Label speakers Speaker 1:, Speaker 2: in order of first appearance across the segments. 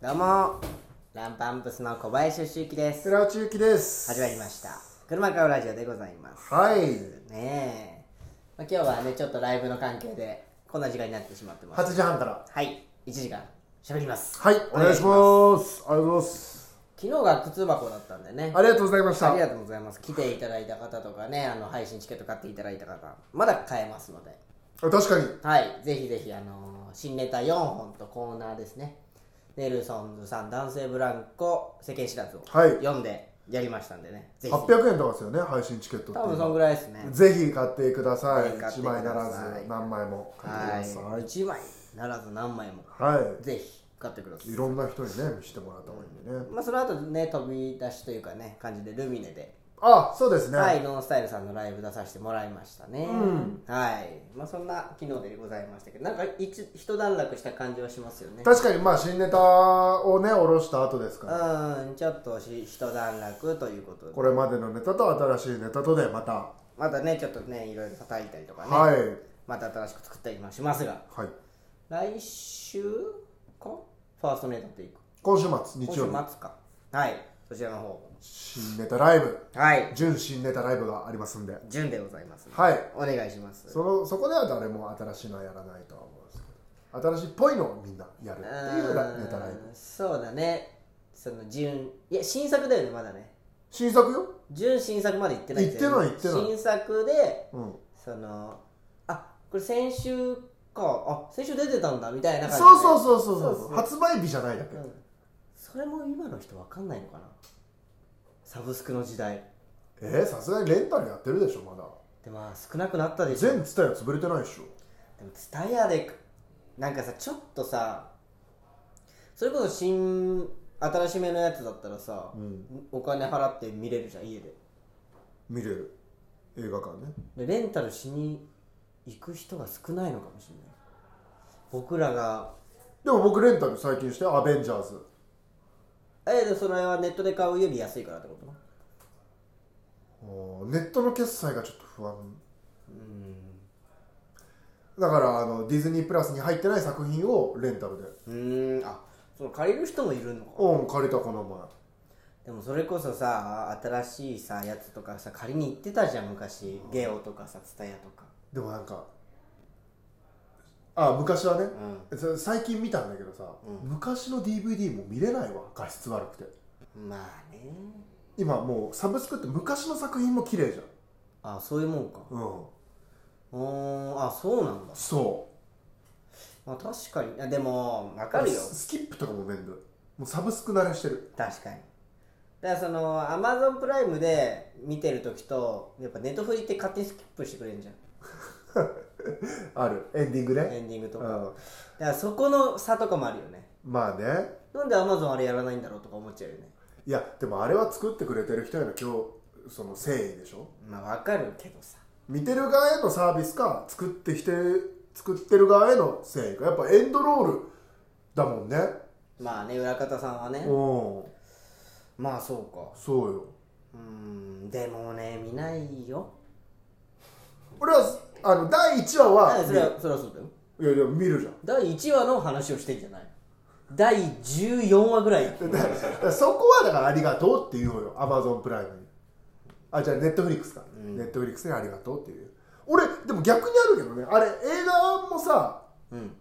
Speaker 1: どうもランパンプスの小林修之です
Speaker 2: 寺内ゆきです
Speaker 1: 始まりました車買うラジオでございます
Speaker 2: はい
Speaker 1: ねえ、まあ、今日はねちょっとライブの関係でこんな時間になってしまってます
Speaker 2: 8時半から
Speaker 1: はい1時間喋ります
Speaker 2: はいお願いしますありがとうございます
Speaker 1: 昨日が靴箱だったんでね
Speaker 2: ありがとうございまし
Speaker 1: あ
Speaker 2: た
Speaker 1: りがとうございます来ていただいた方とかねあの配信チケット買っていただいた方まだ買えますので
Speaker 2: 確かに
Speaker 1: はい、ぜひぜひ、あのー新ネタ4本とコーナーですね。ネルソンズさん、男性ブランコ、世間知らずを
Speaker 2: はい
Speaker 1: 読んでやりましたんでね。ぜひ。多
Speaker 2: 800円とかですよね配信チケットっていう
Speaker 1: 分そん
Speaker 2: の
Speaker 1: ぐらいですね。
Speaker 2: ぜひ買ってくださ
Speaker 1: ぜ
Speaker 2: い
Speaker 1: ひ買って
Speaker 2: 1
Speaker 1: ください
Speaker 2: 枚ならず何枚も買ってくださ
Speaker 1: はい。1枚ならず何枚も。
Speaker 2: いは
Speaker 1: ぜひ買ってくださ
Speaker 2: い
Speaker 1: い
Speaker 2: い。ろんな人にね見せてもらった方がいいんでね
Speaker 1: まあ、その後ね、飛び出しというかね、感じでルミネで、
Speaker 2: あそうですね
Speaker 1: はい、ノンスタイルさんのライブ出させてもらいましたね。
Speaker 2: ん
Speaker 1: はい。まあ、そんな機能でございましたけど、なんか一、一段落した感じはしますよね。
Speaker 2: 確かにまあ新ネタをね下ろした後ですから
Speaker 1: うん、ちょっとし一段落ということで。
Speaker 2: これまでのネタと新しいネタとでまた
Speaker 1: またねちょっとねいろいろ叩いたりとかね、
Speaker 2: はい
Speaker 1: また新しく作ったりもしますが
Speaker 2: はい
Speaker 1: 来週かファーストネタっていく
Speaker 2: 今週末
Speaker 1: 今
Speaker 2: 日
Speaker 1: 週
Speaker 2: 曜
Speaker 1: 末
Speaker 2: 日
Speaker 1: かはいそちらの方
Speaker 2: 新ネタライブ
Speaker 1: はい
Speaker 2: 純新ネタライブがありますんで
Speaker 1: 順でございます、
Speaker 2: はい
Speaker 1: お願いします
Speaker 2: そのそこでは誰も新しいのはやらないとは思うんですけど新しいっぽいのをみんなやるっていうラ
Speaker 1: うん
Speaker 2: ネタライブ
Speaker 1: そうだねその順いや新作だよねまだね
Speaker 2: 新作よ、
Speaker 1: 順新作まで行ってないよね
Speaker 2: 行ってない行ってない
Speaker 1: 新作で
Speaker 2: うん、
Speaker 1: そのあこれ先週かあ先週出てたんだみたいな感じで
Speaker 2: そうそうそうそうそう
Speaker 1: そうそう
Speaker 2: 発売日じゃないだけ、
Speaker 1: うんそれも今の人わかんないのかなサブスクの時代
Speaker 2: えーさすがにレンタルやってるでしょまだ
Speaker 1: でまあ少なくなったでしょで
Speaker 2: 全
Speaker 1: も
Speaker 2: ツタヤ潰れてないでしょ
Speaker 1: TSUTAYA でなんかさちょっとさそれこそ新新しめのやつだったらさ、
Speaker 2: ん
Speaker 1: お金払って見れるじゃん家で
Speaker 2: 見れる映画館ね
Speaker 1: でレンタルしに行く人が少ないのかもしれない僕らが
Speaker 2: でも僕レンタル最近してアベンジャーズ
Speaker 1: えでそれはネットで買うより安いからってことな
Speaker 2: おーネットの決済がちょっと不安
Speaker 1: うん
Speaker 2: だからあのディズニープラスに入ってない作品をレンタルで
Speaker 1: うーんあその借りる人もいるのか
Speaker 2: うん借りたこの前
Speaker 1: でもそれこそさ新しいさやつとかさ仮に行ってたじゃん昔ゲオとかさツタヤとか
Speaker 2: でもなんかあ昔はね、
Speaker 1: う
Speaker 2: そ最近見たんだけどさ、昔の DVD も見れないわ画質悪くて
Speaker 1: んまあね
Speaker 2: 今もうサブスクって昔の作品も綺麗じ
Speaker 1: あそういうもんか
Speaker 2: ゃんうん
Speaker 1: うーんあそうなんだ
Speaker 2: そ
Speaker 1: まあ確かにあでもわ
Speaker 2: う
Speaker 1: かるよ
Speaker 2: ススキップとかも面倒いもうサブスク慣れしてる
Speaker 1: 確かにだからそのアマゾンプライムで見てる時とやっぱネットフリって勝手にスキップしてくれんじゃん
Speaker 2: あるエンディング
Speaker 1: エ
Speaker 2: ね
Speaker 1: ンディングと
Speaker 2: う
Speaker 1: かだか
Speaker 2: ん
Speaker 1: らそこの差とかもあるよね
Speaker 2: まあね
Speaker 1: なんでアマゾンあれやらないんだろうとか思っちゃうよね
Speaker 2: いやでもあれは作ってくれてる人への今日その誠意でしょ
Speaker 1: まあわかるけどさ
Speaker 2: 見てる側へのサービスか作ってきて作ってる側への誠意かやっぱエンドロールだもんね
Speaker 1: まあね裏方さんはね
Speaker 2: うん
Speaker 1: まあそうか
Speaker 2: そうよ
Speaker 1: うーんでもね見ないよ
Speaker 2: 俺はあの第1話は
Speaker 1: それはそれはそうだよ
Speaker 2: いやいや見るじゃん
Speaker 1: 第1話の話をしてんじゃない第14話ぐら い
Speaker 2: だからだからそこはだからありがとうって言おうよアマゾンプライムにあじゃあネットフリックスか、ネットフリックスにありがとうっていう俺でも逆にあるけどねあれ映画もさ
Speaker 1: うん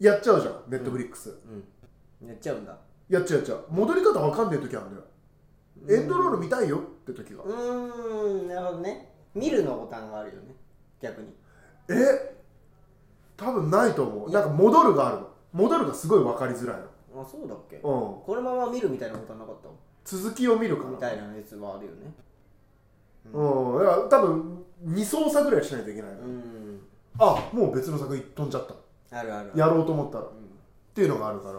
Speaker 2: やっちゃうじゃんネットフリックス、
Speaker 1: うんやっちゃうんだ
Speaker 2: やっちゃうやっちゃう戻り方わかんない時あるんだよエンドロール見たいよって時が、
Speaker 1: うーんなるほどね見るのボタンがあるよね逆に
Speaker 2: え多分ないと思うなんか戻るがあるの戻るがすごい分かりづらい
Speaker 1: あそうだっけ
Speaker 2: のうん
Speaker 1: このまま見るみたいなボタンなかった
Speaker 2: 続きを見るから
Speaker 1: みたいなやつはあるよね
Speaker 2: うん、だから多分2操作ぐらいしないといけないの、
Speaker 1: うん
Speaker 2: あもう別の作品飛んじゃった
Speaker 1: あるある
Speaker 2: やろうと思ったら、っていうのがあるか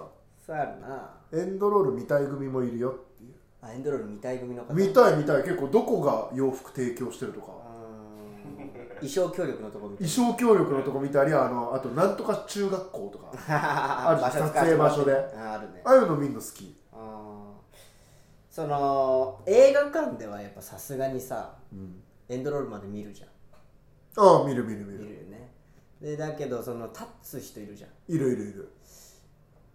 Speaker 1: そうあるな
Speaker 2: らエンドロール見たい組もいるよっていう
Speaker 1: あエンドロール見たい組の方
Speaker 2: 見たい見たい結構どこが洋服提供してるとか
Speaker 1: うーん衣装協力のとこ見て
Speaker 2: 衣装協力のとこ見たりあのあとなんとか中学校とか
Speaker 1: あ
Speaker 2: るじゃん撮影場所で
Speaker 1: ああるね
Speaker 2: ああいうの見るの好き
Speaker 1: あーその映画館ではやっぱさすがにさ、エンドロールまで見るじゃん
Speaker 2: ああ見る見る見
Speaker 1: 見る
Speaker 2: る
Speaker 1: よねでだけどその立つ人いるじゃん
Speaker 2: いるいるいる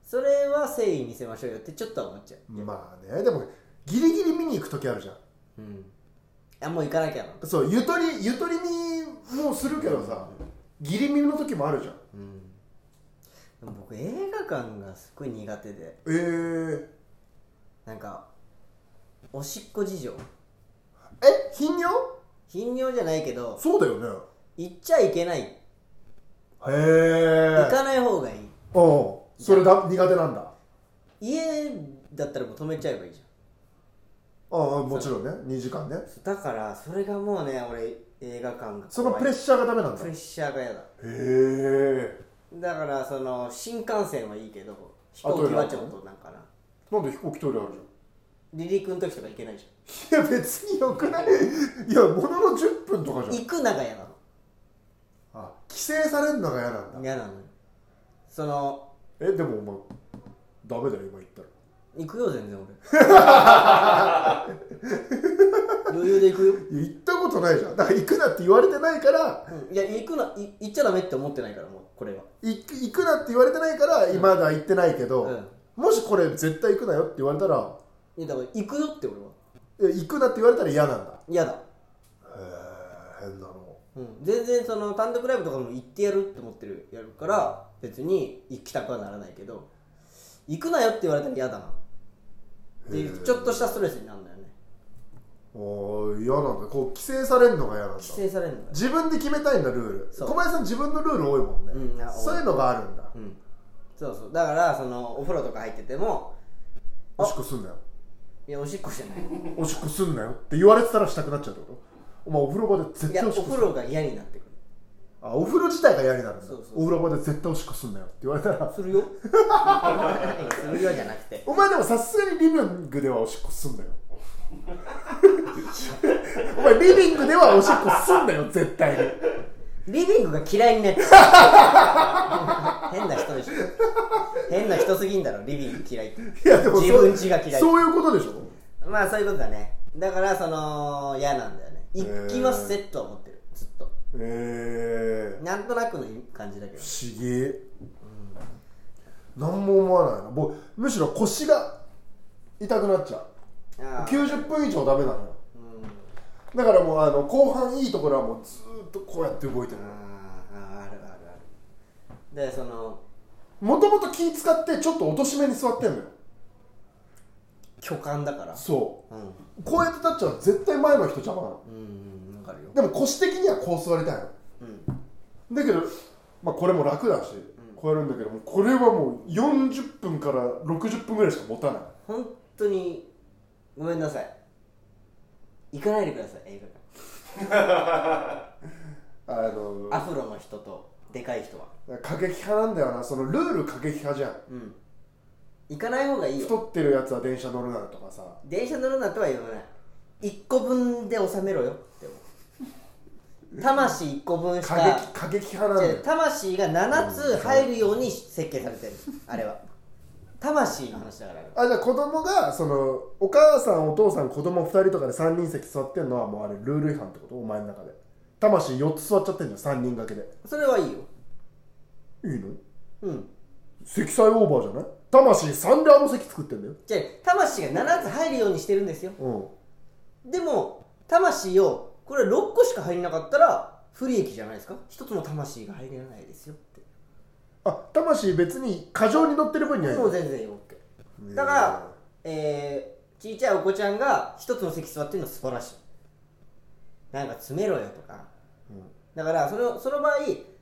Speaker 1: それは誠意見せましょうよってちょっとは思っちゃう、
Speaker 2: まあねでもギリギリ見に行く時あるじゃん
Speaker 1: うんあもう行かなきゃな
Speaker 2: そうゆとりゆとり見もするけどさギリ見の時もあるじゃん
Speaker 1: うんでも僕映画館がすごい苦手で
Speaker 2: えー、
Speaker 1: なんかおしっこ事情
Speaker 2: え頻尿
Speaker 1: 頻尿じゃないけど
Speaker 2: そうだよね
Speaker 1: 行っちゃいけない
Speaker 2: へえ
Speaker 1: 行かない方がいい
Speaker 2: うんそれだ苦手なんだ
Speaker 1: 家だったらもう止めちゃえばいいじ
Speaker 2: ああもちろんね2時間ね
Speaker 1: ゃんだからそれがもうね俺映画館が
Speaker 2: そのプレッ
Speaker 1: シ
Speaker 2: シャーがダメなんだ
Speaker 1: プ
Speaker 2: へ
Speaker 1: レッシャーが嫌だ
Speaker 2: え
Speaker 1: だからその新幹線はいいけど飛行機はちょっとなんかな
Speaker 2: なんで飛行機トイレある
Speaker 1: 離陸の時とか行けないじ
Speaker 2: じゃんいや別によくないいやものの10分とか
Speaker 1: ゃん
Speaker 2: じゃん
Speaker 1: 行くのが嫌なの
Speaker 2: あ規制されるのが嫌なんだ
Speaker 1: 嫌なのよその
Speaker 2: えでもお前ダメだよ今言ったら
Speaker 1: 行くよ全然俺 余裕で行くよ、
Speaker 2: いや行ったことないじゃんだから行くなって言われてないから
Speaker 1: うんいや行くない行っちゃダメって思ってないからもうこれは
Speaker 2: 行く行くなって言われてないから今だ行ってないけど、
Speaker 1: うん
Speaker 2: もしこれ絶対行くなよって言われたら
Speaker 1: いやだから行くよって俺は
Speaker 2: え行くなって言われたら嫌なんだ
Speaker 1: 嫌だ、
Speaker 2: へえ変だの
Speaker 1: うん、全然その単独ライブとかも行ってやるって思ってるやるから別に行きたくはならないけど行くなよって言われたら嫌だなっていうちょっとしたストレスになるんだよね
Speaker 2: おー嫌なんだこう規制されるのが嫌なん
Speaker 1: 規
Speaker 2: だ
Speaker 1: 制されるんだよ
Speaker 2: 自分で決めたいんだルール
Speaker 1: そう
Speaker 2: 小林さん自分のルール多いもんね、
Speaker 1: うんあ多い
Speaker 2: そういうのがあるんだ
Speaker 1: うんそうそうだからそのお風呂とか入ってても
Speaker 2: おしっこすんなよ
Speaker 1: いやおしっこじゃない
Speaker 2: おしっこすんなよって言われてたらしたくなっちゃうってことお前お風呂場で絶
Speaker 1: いや
Speaker 2: 対
Speaker 1: お
Speaker 2: おしっこ
Speaker 1: 風
Speaker 2: する
Speaker 1: 呂が嫌になってくる
Speaker 2: あお風呂自体が嫌になるんだ
Speaker 1: そうそう
Speaker 2: お風呂場で絶対おしっこすんなよって言われたら
Speaker 1: するよするよじゃなくて
Speaker 2: お前でもさすがにリビングではおしっこすんだよお前リビングではおしっこすんだよ絶対に
Speaker 1: リビングが嫌いになっちゃう変な人でしょ変な人すぎんだろリビング嫌いって
Speaker 2: いやでも
Speaker 1: 自分家が嫌い
Speaker 2: そういうことでしょ
Speaker 1: まあそういうことだねだからその嫌なんだよね行きますセットは思ってるずっと
Speaker 2: ええ
Speaker 1: なんとなくの感じだけど
Speaker 2: 不思議、何も思わないなもうむしろ腰が痛くなっちゃう
Speaker 1: あー
Speaker 2: 90分以上ダメなのよ
Speaker 1: うん
Speaker 2: だからもうあの後半いいところはもうずーっとこうやって動いてる
Speaker 1: あーあるあるあるでその
Speaker 2: もともと気使ってちょっと落とし目に座ってんのよ
Speaker 1: 巨漢だから
Speaker 2: そう
Speaker 1: うん
Speaker 2: こうやって立っちゃうの絶対前の人邪魔なの
Speaker 1: うんわかるよ
Speaker 2: でも腰的にはこう座りたいの
Speaker 1: うん
Speaker 2: だけど、まあ、これも楽だし、こうやるんだけどもこれはもう40分から60分ぐらいしか持たない
Speaker 1: 本当にごめんなさい行かないでください映画
Speaker 2: あの
Speaker 1: 館アフロの人とでかい人は
Speaker 2: 過激派なんだよなそのルール過激派じゃん
Speaker 1: うん行かない方がいいよ
Speaker 2: 太ってるやつは電車乗るなとかさ
Speaker 1: 電車乗るなとは言わない1個分で収めろよって思う魂1個分し
Speaker 2: 過
Speaker 1: か
Speaker 2: 激過激派なんだ
Speaker 1: 違
Speaker 2: よ
Speaker 1: う魂が7つ入るように設計されてるあれは魂の話だからあれは
Speaker 2: あじゃあ子供がそのお母さんお父さん子供2人とかで3人席座ってんのはもうあれルール違反ってことお前の中で魂4つ座っちゃってんじゃん3人掛けで
Speaker 1: それはいいよ
Speaker 2: いいの
Speaker 1: うん
Speaker 2: 積載オーバーじゃない魂3であの席作ってんだよ
Speaker 1: じゃあ魂が7つ入るようにしてるんですよ
Speaker 2: うん
Speaker 1: でも魂をこれ6個しか入んなかったら不利益じゃないですか一つも魂が入れないですよっ
Speaker 2: あ魂別に過剰に乗ってる分には
Speaker 1: て
Speaker 2: いい
Speaker 1: もう全然 OK だからえー、ちいちゃいお子ちゃんが一つの席座ってるの素晴らしいなんか詰めろよとか、だからそのその場合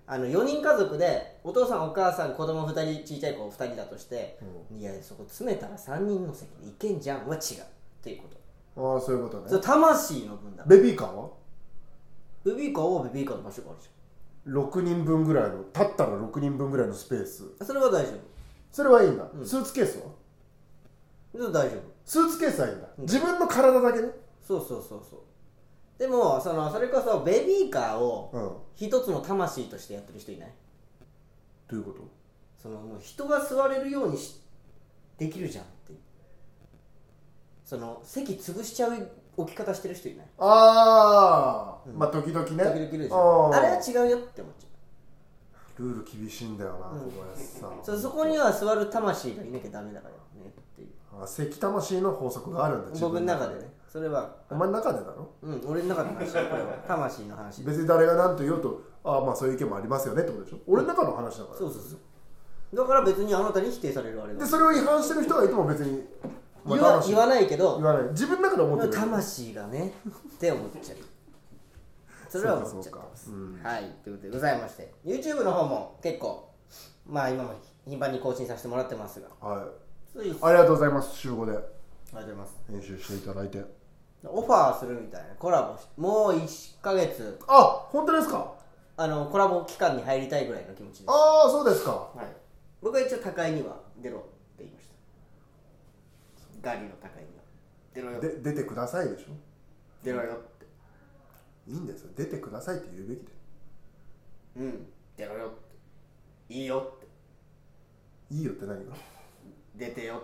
Speaker 1: あの4人家族でお父さんお母さん子供2人ちいちゃい子2人だとして、いやそこ詰めたら3人の席でいけんじゃんは違うっていうこと
Speaker 2: ああそういうこと
Speaker 1: そ
Speaker 2: ね
Speaker 1: れ魂の分だ
Speaker 2: ベビーカーは
Speaker 1: ベビーカーはベビーカーの場所があるじ
Speaker 2: 6人分ぐらいの立ったら6人分ぐらいのスペース
Speaker 1: ゃんそれは大丈夫
Speaker 2: それはいいんだ、スーツケースは
Speaker 1: でも大丈夫
Speaker 2: スーツケースはいいんだ、自分の体だけね
Speaker 1: そうそうそうそうでもそのそれこそベビーカー
Speaker 2: うん
Speaker 1: を
Speaker 2: ど
Speaker 1: 一つの魂としてやってる人いないう
Speaker 2: いうこと
Speaker 1: そのもう人が座れるようにしできるじゃんっていうその席潰しちゃう置き方してる人いない
Speaker 2: ああ、まあ時々ね
Speaker 1: 時々いるでし
Speaker 2: あ
Speaker 1: ょ
Speaker 2: ー
Speaker 1: あれは違うよって思っちゃ
Speaker 2: ルール厳しいんだよな、
Speaker 1: うん
Speaker 2: 小林さん
Speaker 1: そうそこには座る魂がいなきゃダメだからねっていう
Speaker 2: あ関魂の法則があるんだ自
Speaker 1: 僕の
Speaker 2: 分
Speaker 1: 中でねそれは
Speaker 2: お前の中でだろ
Speaker 1: うん俺の中の話これ は魂の話
Speaker 2: 別に誰が何と言おうとああまあそういう意見もありますよねってことでしょ俺の中の話だから、
Speaker 1: そうそうそうだから別にあなたに否定されるあれは
Speaker 2: でそれを違反してる人がいても別にお前
Speaker 1: 言わ
Speaker 2: 魂
Speaker 1: 言わないけ
Speaker 2: 言
Speaker 1: ど
Speaker 2: わない自分の中で思ってる
Speaker 1: 魂がねって思っちゃうそれは思っちゃ
Speaker 2: そう
Speaker 1: っ
Speaker 2: か
Speaker 1: てます
Speaker 2: そうかうん
Speaker 1: はいということでございまして YouTube の方も結構まあ今も頻繁に更新させてもらってますが
Speaker 2: はい
Speaker 1: ついありがとう
Speaker 2: ありがとうございます週5で
Speaker 1: ございます
Speaker 2: 編集していただいて
Speaker 1: オファーするみたいなコラボしもう1ヶ月
Speaker 2: あ本当ですか
Speaker 1: あのコラボ期間に入りたいぐらいの気持ちです、は
Speaker 2: ああそうですか
Speaker 1: い、僕は一応高いには出ろって言いましたガリの高いには出ろよ
Speaker 2: で出てくださいでしょ
Speaker 1: 出ろよって
Speaker 2: いいんですよ出てくださいって言うべきで
Speaker 1: うん出ろよっていいよって
Speaker 2: いいよって何が
Speaker 1: 出てよ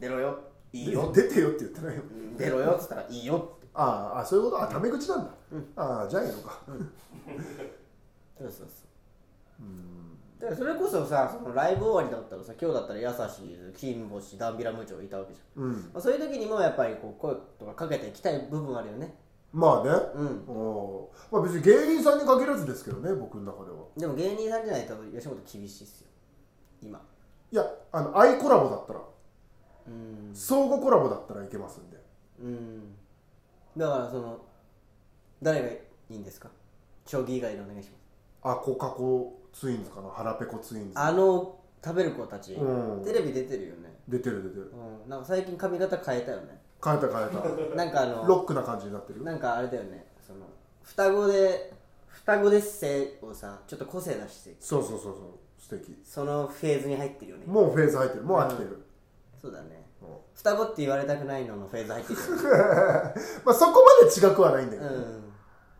Speaker 1: 出ろよいいよ
Speaker 2: 出てよって言ってないよ
Speaker 1: うん出ろよっつったらいいよって
Speaker 2: あーあそういうことあタメ口なんだ、ああじゃあいいのか、
Speaker 1: そうそうそうだからそれこそさそのライブ終わりだったらさ今日だったら優しい金星ダンビラムチョいたわけじゃん
Speaker 2: うん、
Speaker 1: まあ、そういう時にもやっぱりこう声とかかけていきたい部分あるよね
Speaker 2: まあね、
Speaker 1: うん
Speaker 2: おーまあ、別に芸人さんに限らずですけどね僕の中では
Speaker 1: でも芸人さんじゃないと吉本厳しいっすよ今
Speaker 2: いやあのアイコラボだったら
Speaker 1: うん
Speaker 2: 相互コラボだったらいけますんで
Speaker 1: うんだからその誰がいいんですか将棋以外でお願いします
Speaker 2: あコカコツインズかな腹ペコツインズ
Speaker 1: あの食べる子たち、
Speaker 2: うん
Speaker 1: テレビ出てるよね
Speaker 2: 出てる出てる
Speaker 1: うんなんか最近髪型変えたよね
Speaker 2: 変えた変 え
Speaker 1: なんかあ
Speaker 2: た
Speaker 1: の
Speaker 2: ロックな感じになってるよ
Speaker 1: なんかあれだよねその双子で双子で性をさちょっと個性出して
Speaker 2: そうそうそうそう素敵
Speaker 1: そのフェーズに入ってるよね
Speaker 2: もうフェーズ入ってるもう飽きてる、
Speaker 1: そうだね
Speaker 2: うん
Speaker 1: 双子って言われたくないののフェーズ入ってるよね
Speaker 2: まあ、そこまで違くはないんだけど、
Speaker 1: うん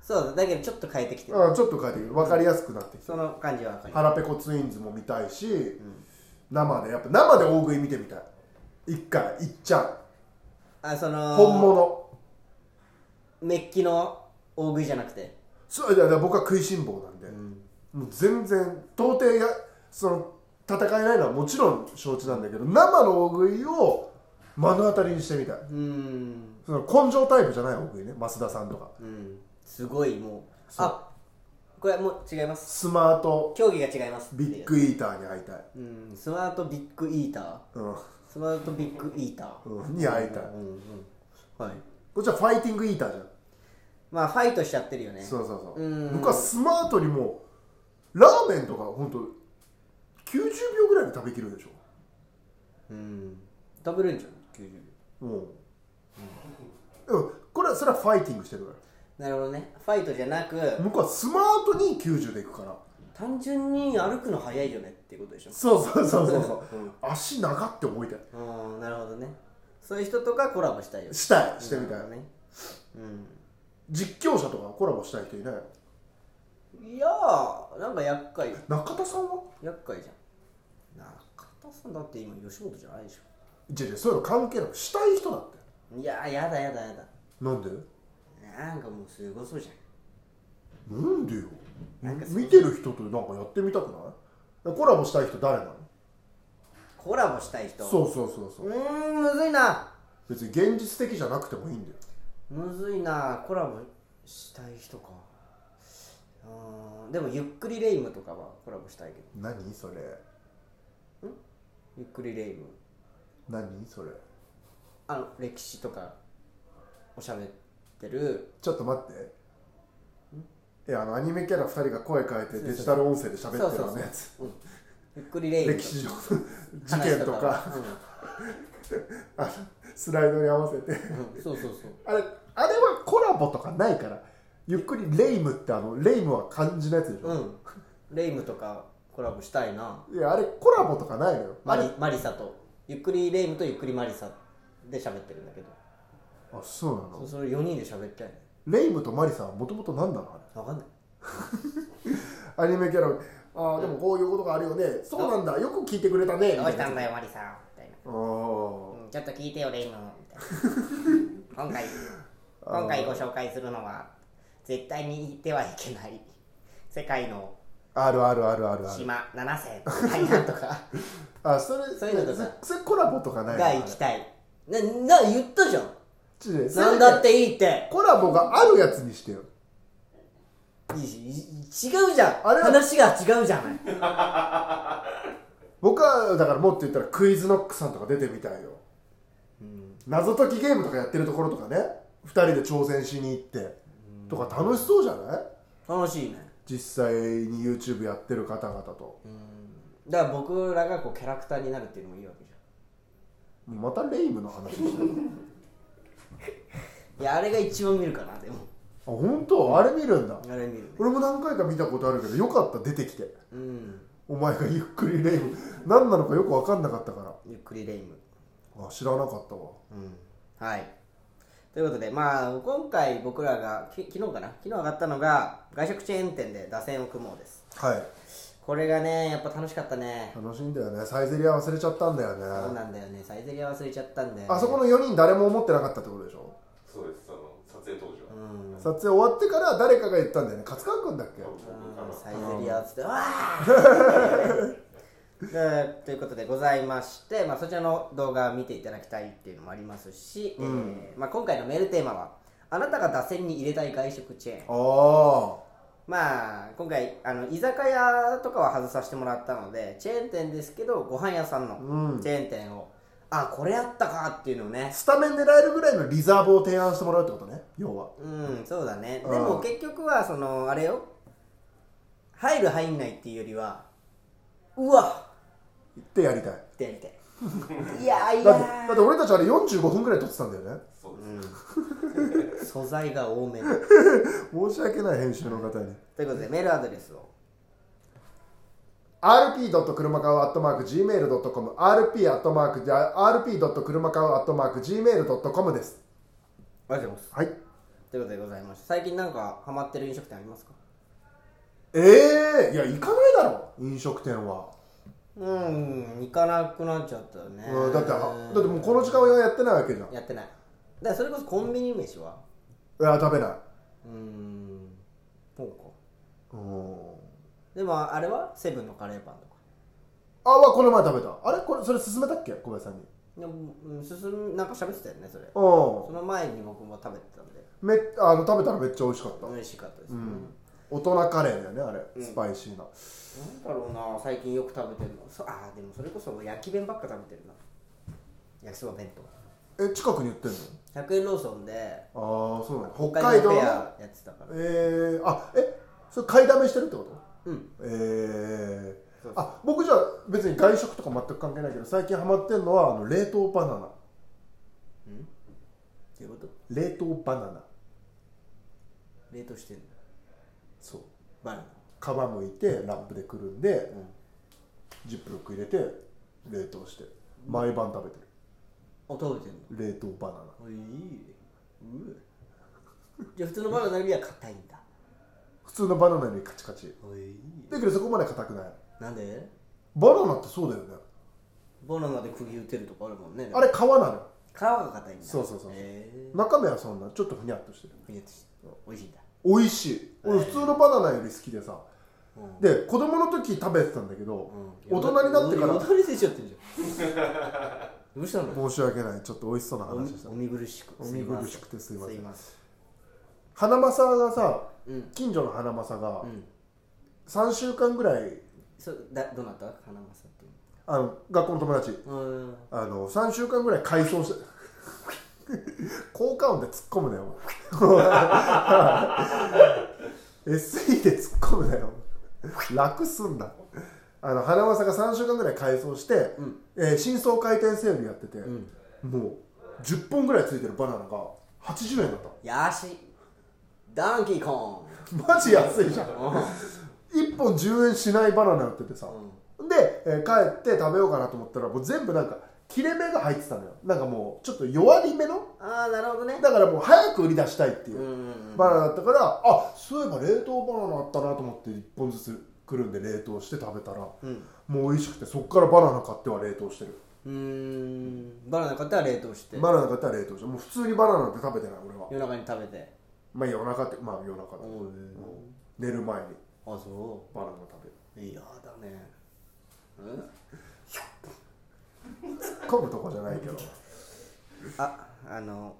Speaker 1: そうだけどちょっと変えてきてる
Speaker 2: あちょっと変えてくる分かりやすくなってきた
Speaker 1: その感じはわかります
Speaker 2: 腹ペコツインズも見たいし、生でやっぱ生で大食い見てみたい一回いっちゃ
Speaker 1: あその
Speaker 2: う本物
Speaker 1: メッキの大食いじゃなくて
Speaker 2: そういやいや僕は食いしん坊なんで、もう全然到底やその戦えないのはもちろん承知なんだけど生の大食いを目の当たりにしてみたいう
Speaker 1: ーん
Speaker 2: その根性タイプじゃない大食いね増田さんとか
Speaker 1: うんすごいもう
Speaker 2: そう
Speaker 1: あこれはもう違います
Speaker 2: スマート
Speaker 1: 競技が違います
Speaker 2: ビッグイーターに会いたい、
Speaker 1: うんスマートビッグイーター
Speaker 2: うん
Speaker 1: スマートビッグイーター
Speaker 2: うん、に会いたい、
Speaker 1: うんうんはい
Speaker 2: こっちはファイティングイーターじゃん
Speaker 1: まあファイトしちゃってるよね
Speaker 2: そうそうそう、
Speaker 1: うん
Speaker 2: 僕はスマートにもうラーメンとか本当90秒ぐらいで食べきるでしょ
Speaker 1: うん食べれんじゃん90秒
Speaker 2: もう、うん、これはそれはファイティングしてるか
Speaker 1: なるほどねファイトじゃなく
Speaker 2: ら僕はスマートに90でいくから
Speaker 1: 単純に歩くの早いよねっていうことでしょ
Speaker 2: そうそうそうそうそう、足長って思いたい
Speaker 1: うんなるほどねそういう人とかコラボしたいよ
Speaker 2: したいしてみたい、
Speaker 1: なるほどねうん
Speaker 2: 実況者とかコラボしたい人いない
Speaker 1: いやーなんか厄介
Speaker 2: 中田さんは
Speaker 1: 厄介じゃん中田さんだって今吉本じゃないでし
Speaker 2: じゃじゃそういうの関係なくしたい人だって
Speaker 1: ょいやーやだやだやだ
Speaker 2: なんで
Speaker 1: なんかもうすごそうじゃん
Speaker 2: なんでよ
Speaker 1: なんかそう
Speaker 2: 見てる人となんかやってみたくないコラボしたい人誰なの
Speaker 1: コラボしたい人
Speaker 2: そうそうそうそう
Speaker 1: うーんむずいな
Speaker 2: 別に現実的じゃなくてもいいんだよ
Speaker 1: むずいなコラボしたい人かうーんでもゆっくりレイムとかはコラボしたいけど
Speaker 2: 何それ
Speaker 1: ゆっくりレイム
Speaker 2: 何それ
Speaker 1: あの歴史とかおしゃべってる
Speaker 2: ちょっと待っていやあのアニメキャラ2人が声変えてデジタル音声で喋っ
Speaker 1: そ
Speaker 2: てる
Speaker 1: う
Speaker 2: よ
Speaker 1: そう
Speaker 2: う
Speaker 1: そう
Speaker 2: なやつ
Speaker 1: うんゆっくりレイム
Speaker 2: 歴 史上の事件とか、あのスライドに合わせて
Speaker 1: うんうんそうそうそう
Speaker 2: あれあれはコラボとかないからゆっくりレイムってあのレイムは漢字のやつでしょ、
Speaker 1: うんレイムとかコラボしたいない
Speaker 2: やあれコラボとかないのよ
Speaker 1: マ
Speaker 2: あれ
Speaker 1: リマリサとゆっくりレイムとゆっくりマリサで喋ってるんだけど
Speaker 2: あそうな
Speaker 1: そ
Speaker 2: の
Speaker 1: うそれ4人で喋ったいね
Speaker 2: レイムとマリさんはもともと何なのあれ
Speaker 1: 分かんない
Speaker 2: アニメキャラああでもこういうことがあるよね、そうなんだよく聞いてくれたねみ
Speaker 1: どう
Speaker 2: た
Speaker 1: し
Speaker 2: い
Speaker 1: た
Speaker 2: なん
Speaker 1: だよマリサみたい
Speaker 2: あー
Speaker 1: な、うん、ちょっと聞いてよレイム みたいな今回今回ご紹介するのは絶対に言ってはいけない世界の
Speaker 2: あるあるあるあるある
Speaker 1: 島7000海岸 とか
Speaker 2: あそれ
Speaker 1: そういうのとか
Speaker 2: そそれコラボとかないの
Speaker 1: が行きたいなな言ったじゃん
Speaker 2: ちょっとねせめ
Speaker 1: なんだっていいって
Speaker 2: コラボがあるやつにしてよ
Speaker 1: いいしい違うじゃん
Speaker 2: あれ
Speaker 1: 話が違うじゃない
Speaker 2: 僕はだからもっと言ったらクイズノックさんとか出てみたいよ、謎解きゲームとかやってるところとかね2人で挑戦しに行ってとか楽しそうじゃない
Speaker 1: 楽しいね
Speaker 2: 実際に YouTube やってる方々と、
Speaker 1: だから僕らがこうキャラクターになるっていうのもいいわけじ
Speaker 2: またレイムの話してる
Speaker 1: ゃんいやあれが一番見るかなでも
Speaker 2: あ本当あれ見るんだ
Speaker 1: あれ見るね
Speaker 2: 俺も何回か見たことあるけどよかった出てきて
Speaker 1: うん
Speaker 2: お前がゆっくりレイム何なのかよく分かんなかったから
Speaker 1: ゆっくりレイム
Speaker 2: あ知らなかったわ
Speaker 1: うんはいということでまあ今回僕らがき昨日かな昨日上がったのが外食チェーン店で打線を組もうです
Speaker 2: はい
Speaker 1: これがねやっぱ楽しかったね
Speaker 2: 楽しいんだよねサイゼリア忘れちゃったんだよね
Speaker 1: そうなんだよねサイゼリア忘れちゃったんだよ、ね、
Speaker 2: あそこの4人誰も思ってなかったってことでしょ
Speaker 3: そうですその撮影当時は、
Speaker 1: うん
Speaker 2: 撮影終わってから誰かが言ったんだよね勝川君だっけ
Speaker 3: 多分僕かな
Speaker 1: サイゼリアっつって「わー でということでございまして、まあ、そちらの動画を見ていただきたいっていうのもありますし、えーまあ、今回のメールテーマは「あなたが打線に入れたい外食チェーン」
Speaker 2: あ
Speaker 1: まあ今回あの居酒屋とかは外させてもらったのでチェーン店ですけどご飯屋さん
Speaker 2: う
Speaker 1: の
Speaker 2: ん
Speaker 1: チェーン店を、あこれあったかっていうのをね
Speaker 2: あスタメン狙えるぐらいのリザーブを提案してもらうってことね要は
Speaker 1: うんそうだね
Speaker 2: うん
Speaker 1: でも結局はそのあれよ入る入んないっていうよりはうわ
Speaker 2: 行ってやりたい
Speaker 1: ってやりたい いやーい
Speaker 2: だってだ
Speaker 1: や
Speaker 2: って俺たちあれ45分ぐらい撮ってたんだよね
Speaker 3: そうです、
Speaker 1: ー素材が多めの
Speaker 2: 申し訳ない編集の方に
Speaker 1: ということでメールアドレスを
Speaker 2: rp. 車買う .gmail.com rp. アットマークじゃ rp. 車買う .gmail.com です
Speaker 1: ありがとうございます
Speaker 2: はい
Speaker 1: ということでございまして最近なんかハマってる飲食店ありますか
Speaker 2: ええいや行かないだろ飲食店は、
Speaker 1: うん行かなくなっちゃったよね
Speaker 2: うん、だってはだってもうこの時間はやってないわけじゃんい
Speaker 1: やってないだからそれこそコンビニ飯は
Speaker 2: や食べないう
Speaker 1: ーんそうか
Speaker 2: うん
Speaker 1: でもあれはセブンのカレーパンとか
Speaker 2: あわこの前食べたあれこれそれ勧めたっけ小林さんに
Speaker 1: でもうん進むなんか喋ってたよねそれそ
Speaker 2: うん
Speaker 1: の前に僕も食べてたんで
Speaker 2: めあの食べたらめっちゃ美味しかった、
Speaker 1: 美味しかったです、
Speaker 2: うん、大人カレーだよねあれ、スパイシー
Speaker 1: な
Speaker 2: な
Speaker 1: んだろうな最近よく食べてるのそあーでもそれこそ焼き弁ばっか食べてるな焼きそば弁
Speaker 2: え近くに売ってんの
Speaker 1: 当100円ローソンで
Speaker 2: ああそうなの北海道
Speaker 1: フ
Speaker 2: の
Speaker 1: ェアやってたから
Speaker 2: えー、あえそれ買いだめしてるってこと
Speaker 1: うん
Speaker 2: えー、あ僕じゃあ別に外食とか全く関係ないけど最近ハマってんのはあの冷凍バナナ
Speaker 1: ということ
Speaker 2: 冷凍バナナ
Speaker 1: 冷凍してんの
Speaker 2: そう
Speaker 1: バナナ
Speaker 2: 皮むいてラップでくるんで、ジップロック入れて冷凍して毎晩食べてる
Speaker 1: あ食べてんの
Speaker 2: 冷凍バナナ
Speaker 1: おいいねうえじゃあ普通のバナナよりは硬いんだ
Speaker 2: 普通のバナナよりカチカチ
Speaker 1: おい
Speaker 2: だけどそこまで硬くない
Speaker 1: なんで
Speaker 2: バナナってそうだよね
Speaker 1: バナナで釘打てるとかあるもんね
Speaker 2: あれ皮なの
Speaker 1: 皮が硬いんだ
Speaker 2: そうそうそうそう
Speaker 1: へえ
Speaker 2: 中身はそんなちょっとふにゃっとしてる
Speaker 1: ふにゃっとして美味しいんだ
Speaker 2: 美味しい俺普通のバナナより好きでさ、で子供の時食べてたんだけど、大人になってから
Speaker 1: 大人にせちゃってんじゃんどうしたの
Speaker 2: 申し訳ないちょっと美味しそうな話でした
Speaker 1: お見苦しく
Speaker 2: お見苦しくてすいません
Speaker 1: すいませ
Speaker 2: 花正がさ、
Speaker 1: うん
Speaker 2: 近所の花正が
Speaker 1: ん
Speaker 2: 3週間ぐらい
Speaker 1: そうだどうなった花正って
Speaker 2: あの学校の友達
Speaker 1: うん
Speaker 2: あの3週間ぐらい改装して 効果音で突っ込むなよ お前 SE で突っ込むなよ楽すんなあの花正が3週間ぐらい改装して、えー新装開店セールやってて、もう10本ぐらいついてるバナナが80円だった
Speaker 1: ヤシダンキーコ
Speaker 2: マジ安いじゃん
Speaker 1: ーンうん
Speaker 2: 1本10円しないバナナ売っててさ、で、えー帰って食べようかなと思ったらもう全部なんか切れ目が入ってたのよなんかもうちょっと弱り目の
Speaker 1: ああなるほどね
Speaker 2: だからもう早く売り出したいっていううんバナナだったからあそういえば冷凍バナナあったなと思って1本ずつくるんで冷凍して食べたら、
Speaker 1: ん
Speaker 2: もう美味しくてそっからバナナ買っては冷凍してる
Speaker 1: うーんバナナ買ったら冷凍して
Speaker 2: バナナ買ったら冷凍してもう普通にバナナって食べてない俺は
Speaker 1: 夜中に食べて
Speaker 2: まあ夜中ってまあ夜中だ、
Speaker 1: おう
Speaker 2: 寝る前に
Speaker 1: あそ
Speaker 2: バナナ食べる
Speaker 1: ういやだね
Speaker 2: 突っ込むとこじゃないけど
Speaker 1: ああの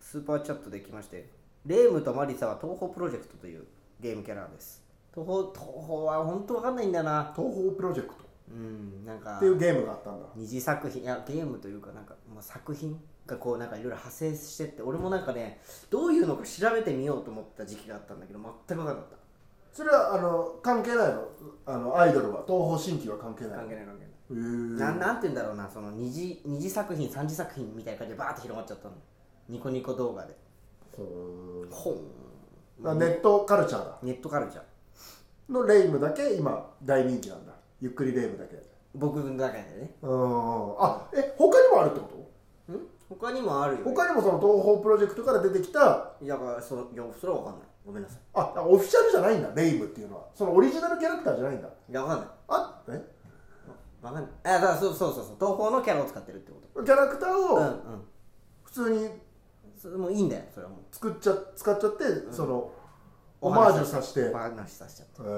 Speaker 1: スーパーチャットできましてレームとマリサは東宝プロジェクトというゲームキャラです東宝東宝は本当わかんないんだな
Speaker 2: 東宝プロジェクト
Speaker 1: うんなんか
Speaker 2: っていうゲームがあったんだ
Speaker 1: 二次作品いやゲームというかなんかもう作品がこうなんかいろいろ派生してって俺もなんかねどういうのか調べてみようと思った時期があったんだけど全く分かんなかっ
Speaker 2: それはあの関係ないのあのアイドルは東宝新規は関係な
Speaker 1: た
Speaker 2: い
Speaker 1: 関係
Speaker 2: へ
Speaker 1: ない関係ない
Speaker 2: え
Speaker 1: なんなんて言うんだろうなその二次二次作品三次作品みたいな感じでバーって広まっちゃったのニコニコ動画で
Speaker 2: ほ
Speaker 1: ほん
Speaker 2: ーあネットカルチャーだ
Speaker 1: ネットカルチャー
Speaker 2: のレイムだけ今大人気なんだゆっくりレイムだけ
Speaker 1: 僕の中でね
Speaker 2: うんあえ他にもあるってこと
Speaker 1: ん他にもあるよ
Speaker 2: 他にもその東宝プロジェクトから出てきた
Speaker 1: いやだからそいやそれは分かんないごめんなさ
Speaker 2: あオフィシャルじゃないんだレイムっていうのはそのオリジナルキャラクターじゃないんだ
Speaker 1: いいや分かんない
Speaker 2: あえ
Speaker 1: 分かんないあだからそうそうそうそう東宝のキャラを使ってるってこ
Speaker 2: キャラクター
Speaker 1: とうんう
Speaker 2: を
Speaker 1: ん
Speaker 2: 普通に
Speaker 1: それもういいんだよそれはもう
Speaker 2: 作っちゃ使っちゃって、その
Speaker 1: お
Speaker 2: オ
Speaker 1: 話し
Speaker 2: マージュさせてへえ
Speaker 1: お話しさせちゃっただか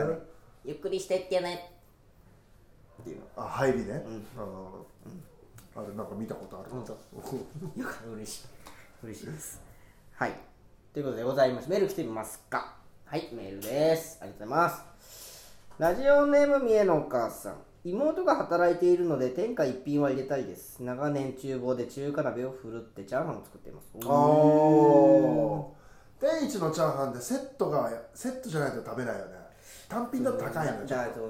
Speaker 1: らね
Speaker 2: ー、
Speaker 1: ゆっくりしてってねっていうの
Speaker 2: あ入りね、あーあれなんか見たことある、
Speaker 1: うんよかった嬉しい嬉しいですはいということでございますメール来てみますかはいメールですありがとうございますラジオネーム三重のお母さん妹が働いているので天下一品は入れたいです長年厨房で中華鍋を振るってチャーハンを作っています
Speaker 2: あー天一のチャーハンでセットがセットじゃないと食べないよね単品だと高いの
Speaker 1: だ
Speaker 2: よち
Speaker 1: だか
Speaker 2: ょっ
Speaker 1: らその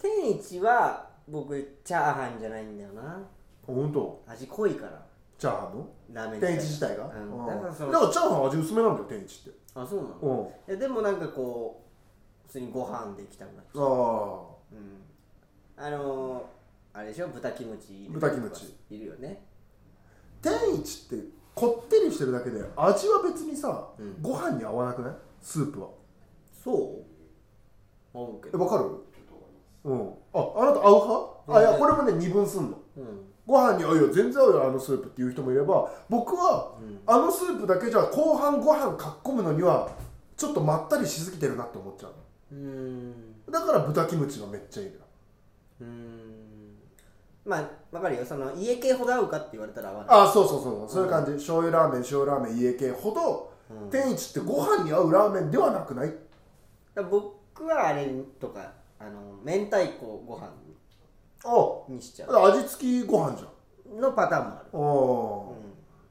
Speaker 1: 天一は僕チャーハンじゃないんだよな
Speaker 2: と本当
Speaker 1: 味濃いから
Speaker 2: チャーハンの
Speaker 1: ラーメン
Speaker 2: 天一自体が、
Speaker 1: うん
Speaker 2: うん
Speaker 1: だ
Speaker 2: だ
Speaker 1: から
Speaker 2: か
Speaker 1: そ
Speaker 2: ら
Speaker 1: の
Speaker 2: チャーハン味薄めなんだよ天一って
Speaker 1: あそうなの
Speaker 2: うん
Speaker 1: えでもなんかこう普通にご飯できたくなっちゃう、
Speaker 2: ああ
Speaker 1: うん、あのー、あれでしょ豚キムチ入れた
Speaker 2: 豚
Speaker 1: り
Speaker 2: キム
Speaker 1: とか
Speaker 2: チ
Speaker 1: いるよね
Speaker 2: 天一ってこってりしてるだけで味は別にさ、ご飯に合わなくないスープは
Speaker 1: そう思うけ
Speaker 2: え
Speaker 1: ど
Speaker 2: わかる
Speaker 3: ちょっとわかります
Speaker 2: うんああなた合う派、あいやこれもね二分すんの
Speaker 1: うん
Speaker 2: ご飯に合うよ全然合うよあのスープっていう人もいれば僕は、あのスープだけじゃ後半ご飯かっこむのにはちょっとまったりしすぎてるなって思っちゃう
Speaker 1: うーん
Speaker 2: のだから豚キムチがめっちゃいいな
Speaker 1: うーんまあわかるよその家系ほど合うかって言われたら合わない
Speaker 2: あそうそうそうそうそういう感じ、醤油ラーメン塩ラーメン家系ほど、天一ってご飯に合うラーメンではなくない
Speaker 1: だから僕はあれとかあの明太子ご飯
Speaker 2: あ
Speaker 1: にしちゃう
Speaker 2: 味付きご飯じゃん
Speaker 1: のパターンもある
Speaker 2: お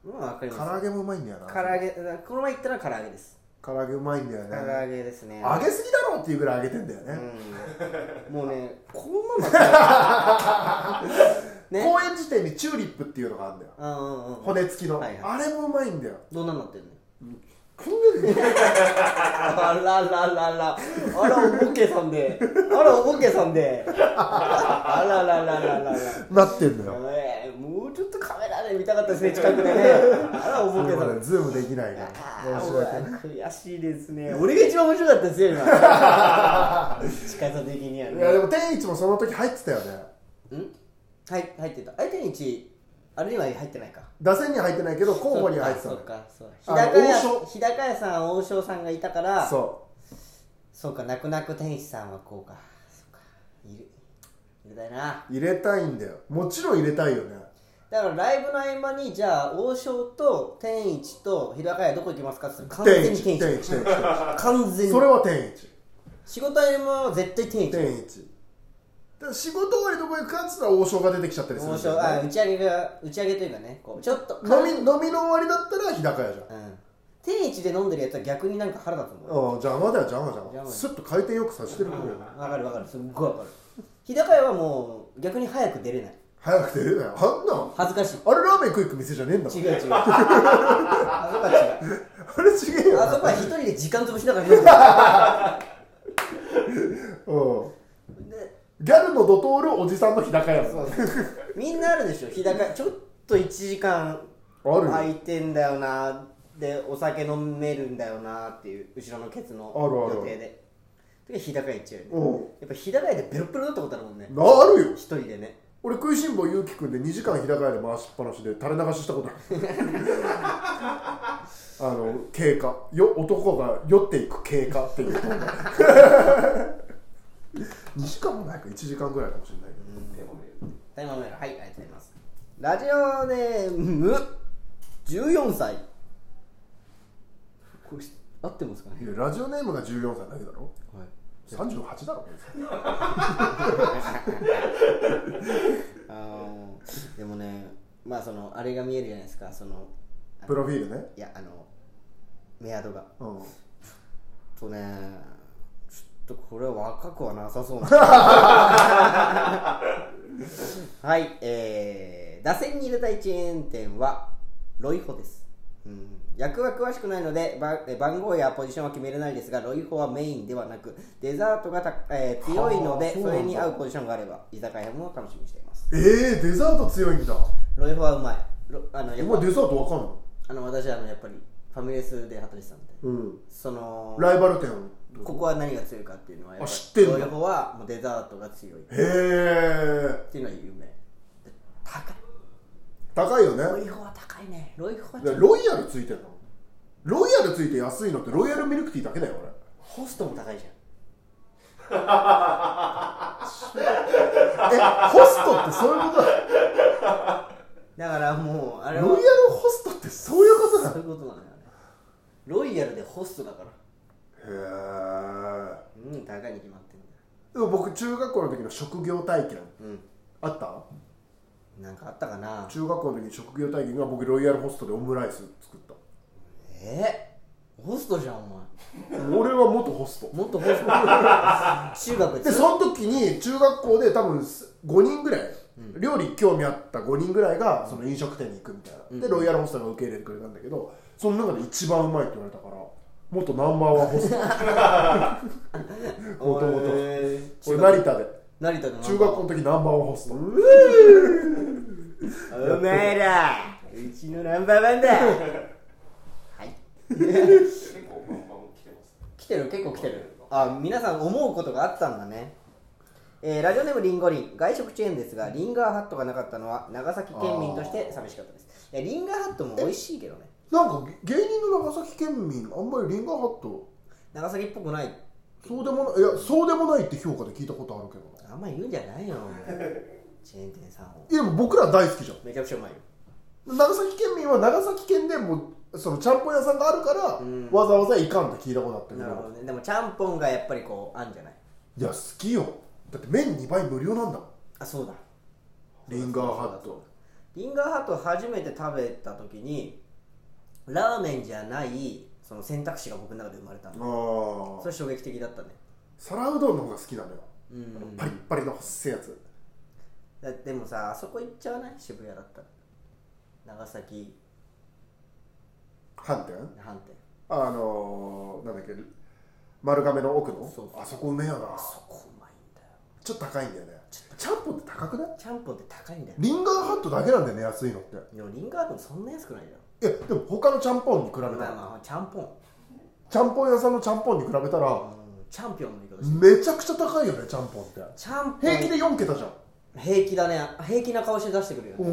Speaker 1: うんまあわかり
Speaker 2: ー
Speaker 1: ま
Speaker 2: 唐揚げもうまいんだよな
Speaker 1: す唐揚げだからこの前言ったら唐揚げです
Speaker 2: 唐揚げうまいんだよ
Speaker 1: 唐
Speaker 2: ね
Speaker 1: 揚げですね
Speaker 2: 揚げすぎだろっていうぐらい揚げてんだよね、
Speaker 1: うんもうね、このまま。ね。
Speaker 2: 高円寺店にチューリップっていうのがあるんだよ
Speaker 1: うんうんうん。
Speaker 2: 骨付きの、
Speaker 1: はいは
Speaker 2: あれもうまいんだよ
Speaker 1: どんなになってんの。
Speaker 2: こんなに
Speaker 1: あらららら。あら、おぼけさんで。あら、おぼけさんで。あらららららら。
Speaker 2: なってん だよ
Speaker 1: えーもうちょっとカメラで見たかったですね、近くでね。あら、お
Speaker 2: こ
Speaker 1: ぼけ
Speaker 2: れ
Speaker 1: さ
Speaker 2: ま
Speaker 1: ん
Speaker 2: で。ズームできないか
Speaker 1: あ
Speaker 2: ら
Speaker 1: ー
Speaker 2: 申し訳ない
Speaker 1: 悔しいですね。俺が一番面白かったですよ、 今。近さ的にはい
Speaker 2: や
Speaker 1: ね。
Speaker 2: でも天一もその時入ってたよね
Speaker 1: うんはい、入ってた。あれ、天一、あれには入ってないか。
Speaker 2: 打線には入ってないけど候補には入ってた
Speaker 1: そっ
Speaker 2: のよ
Speaker 1: かそう日
Speaker 2: あの
Speaker 1: 高屋
Speaker 2: 王将
Speaker 1: 日高屋さん王将さんがいたからそう
Speaker 2: そ
Speaker 1: か泣く泣く天使さんはこうかそうかいるいるだよな
Speaker 2: う入れたいんだよもちろん入れたいよね
Speaker 1: だからライブの合間にじゃあ王将と天一と日高屋どこ行きますかって言ったら完
Speaker 2: 天
Speaker 1: 全
Speaker 2: 一
Speaker 1: に
Speaker 2: 天
Speaker 1: 天
Speaker 2: 一
Speaker 1: 一
Speaker 2: 天一天一
Speaker 1: 完全に
Speaker 2: それは天一
Speaker 1: 仕事合間は絶対天一
Speaker 2: 天一だから仕事終わりどこ行くかっつったら王将が出てきちゃったりする
Speaker 1: 王
Speaker 2: んだ
Speaker 1: 将
Speaker 2: よ
Speaker 1: あ
Speaker 2: ね
Speaker 1: 打ち上げが打ち上げというかねこうちょっと
Speaker 2: 飲み飲みの終わりだったら日高屋じゃん
Speaker 1: うん天一で飲んでるやつは逆になんか腹立つもん
Speaker 2: うん邪魔だよ邪魔邪
Speaker 1: 邪
Speaker 2: 魔
Speaker 1: 魔
Speaker 2: スッと回転よくさせてるもんよ
Speaker 1: わかるわかるすっごいわかる日高屋はもう逆に早く出れない
Speaker 2: 早く出れないよあんなん
Speaker 1: 恥ずかしい
Speaker 2: あれラーメン食い行く店じゃねえんだも
Speaker 1: 違
Speaker 2: ん
Speaker 1: う違うあそこは違う
Speaker 2: あれ違えよ
Speaker 1: あそこは一人で時間潰しながら見るから
Speaker 2: う
Speaker 1: で
Speaker 2: んギャルのドトールおじさんの日高屋も
Speaker 1: みんなあるでしょ日高屋ちょっと1時間
Speaker 2: あるよあ
Speaker 1: 空いてんだよなでお酒飲めるんだよなっていう後ろのケツの
Speaker 2: あるある
Speaker 1: 予定でで日高屋行っちゃうよね
Speaker 2: う
Speaker 1: やっぱ日高屋でベロッベロだったことあるもんね
Speaker 2: んなあるよ
Speaker 1: 一人でね
Speaker 2: 俺食いしん坊ゆうきくんで2時間平替えで回しっぱなしで垂れ流ししたことある あの経過よ男が酔っていく経過っていう2時間もないか1時間ぐらいかもしれないけ
Speaker 3: でもね
Speaker 1: タイマーメールはいありがとうございますラジオネーム14歳これ合ってますかね
Speaker 2: ど、いやラジオネームが14歳だけだろ
Speaker 1: はい
Speaker 2: 38だろこい
Speaker 1: あのでもねまあそのあれが見えるじゃないですかそのあ
Speaker 2: つ
Speaker 1: の
Speaker 2: プロフィールね
Speaker 1: いやあのメアドが
Speaker 2: うん
Speaker 1: とねちょっとこれは若くはなさ そうなはいえー、打線に入れた一円点はロイホです、うん、役は詳しくないのでばえ番号やポジションは決めれないですがロイホはメインではなくデザートがた、えー強いの
Speaker 2: はあ
Speaker 1: で
Speaker 2: そう
Speaker 1: そ
Speaker 2: なんだ
Speaker 1: れに合うポジションがあれば居酒屋も楽しみにしています
Speaker 2: えー、デザート強いんだ
Speaker 1: ロイホはうまいロあのや
Speaker 2: お
Speaker 1: っ
Speaker 2: 前
Speaker 1: ぱ
Speaker 2: デザートわかんの
Speaker 1: あの私はあのやっぱりファミレスで働いてたんで
Speaker 2: うん
Speaker 1: その
Speaker 2: ライバル店
Speaker 1: ここは何が強いかっていうのはやっぱ
Speaker 2: あ知ってんだ
Speaker 1: ロイホはもうデザートが強いっ
Speaker 2: へえ
Speaker 1: ていうのは有名高い
Speaker 2: 高いよね
Speaker 1: ロイホは高いねロイホはちょっと
Speaker 2: ロイヤルついてんのロイヤルついて安いのってロイヤルミルクティーだけだよ
Speaker 1: ホストも高いじゃ
Speaker 2: 俺えホストってそういうことだ
Speaker 1: んだからもうあれは
Speaker 2: ロイヤルホストってそういうことだ
Speaker 1: そういうことなのよねロイヤルでホストだから
Speaker 2: へえ
Speaker 1: うん高いに決まってるんだ
Speaker 2: でも僕中学校の時の職業体験
Speaker 1: う
Speaker 2: あった
Speaker 1: んなんかあったかな
Speaker 2: 中学校の時に職業体験が僕ロイヤルホストでオムライス作った
Speaker 1: えー、ホストじゃんお前
Speaker 2: 俺は元ホスト
Speaker 1: もっとホスト中学
Speaker 2: でその時に中学校で多分5人ぐらい、料理興味あった5人ぐらいがその飲食店に行くみたいな、でロイヤルホストが受け入れてくれたんだけどその中で一番うまいって言われたからもっとナンバーワンホス トもともと
Speaker 1: えー
Speaker 2: 俺成田で
Speaker 1: 成田の
Speaker 2: 中学校の時ナンバーワンホスト
Speaker 1: お前らうちのナンバーワンだはい
Speaker 3: 結構バンバン来てますね
Speaker 1: 来てる結構来てるあ皆さん思うことがあったんだねえーラジオネームリンゴリン外食チェーンですがリンガーハットがなかったのは長崎県民として寂しかったですいやリンガーハットも美味しいけどね
Speaker 2: なんか芸人の長崎県民あんまりリンガーハット
Speaker 1: 長崎っぽくない
Speaker 2: そうでもないいやそうでもないって評価で聞いたことあるけどな
Speaker 1: あんま言うんじゃない よチェーン店さんを
Speaker 2: いやでも僕ら大好きじゃん
Speaker 1: めちゃくちゃうまいよ
Speaker 2: 長崎県民は長崎県でもうそのちゃんぽん屋さんがあるから、
Speaker 1: ん
Speaker 2: わざわざ行かんって聞いたことあったけど
Speaker 1: なるほどねでもちゃんぽんがやっぱりこうあんじゃない
Speaker 2: いや好きよだって麺2倍無料なんだもん
Speaker 1: あそうだ
Speaker 2: リンガーハット
Speaker 1: リンガーハット初めて食べた時にラーメンじゃないその選択肢が僕の中で生まれたのそ
Speaker 2: ああ
Speaker 1: れ衝撃的だったね
Speaker 2: 皿うどんの方が好きなのよ、
Speaker 1: うん
Speaker 2: パリッパリの細いやつ
Speaker 1: だでもさあそこ行っちゃわない渋谷だったら長崎
Speaker 2: 飯店
Speaker 1: 飯店
Speaker 2: あのー、なんだっけ丸亀の奥の
Speaker 1: そう
Speaker 2: あそこうめえよな
Speaker 1: そこうまいんだよ
Speaker 2: ちょっと高いんだよねちゃんぽんって高くない
Speaker 1: ちゃんぽんって高いんだよ
Speaker 2: リンガーハットだけなんだよね安いのって
Speaker 1: でもリンガーハットそんな安くないよ
Speaker 2: いやでも他のちゃんぽんに比べた
Speaker 1: まあ
Speaker 2: ら
Speaker 1: まあちゃんぽん、
Speaker 2: ちゃんぽん屋さんのちゃんぽんに比べたら
Speaker 1: うん、チャンピオンの言い方してる
Speaker 2: めちゃくちゃ高いよねちゃんぽんって
Speaker 1: ちゃんぽん
Speaker 2: 平気で4桁じゃん
Speaker 1: 平気だね平気な顔して出してくるよ
Speaker 2: お
Speaker 1: ね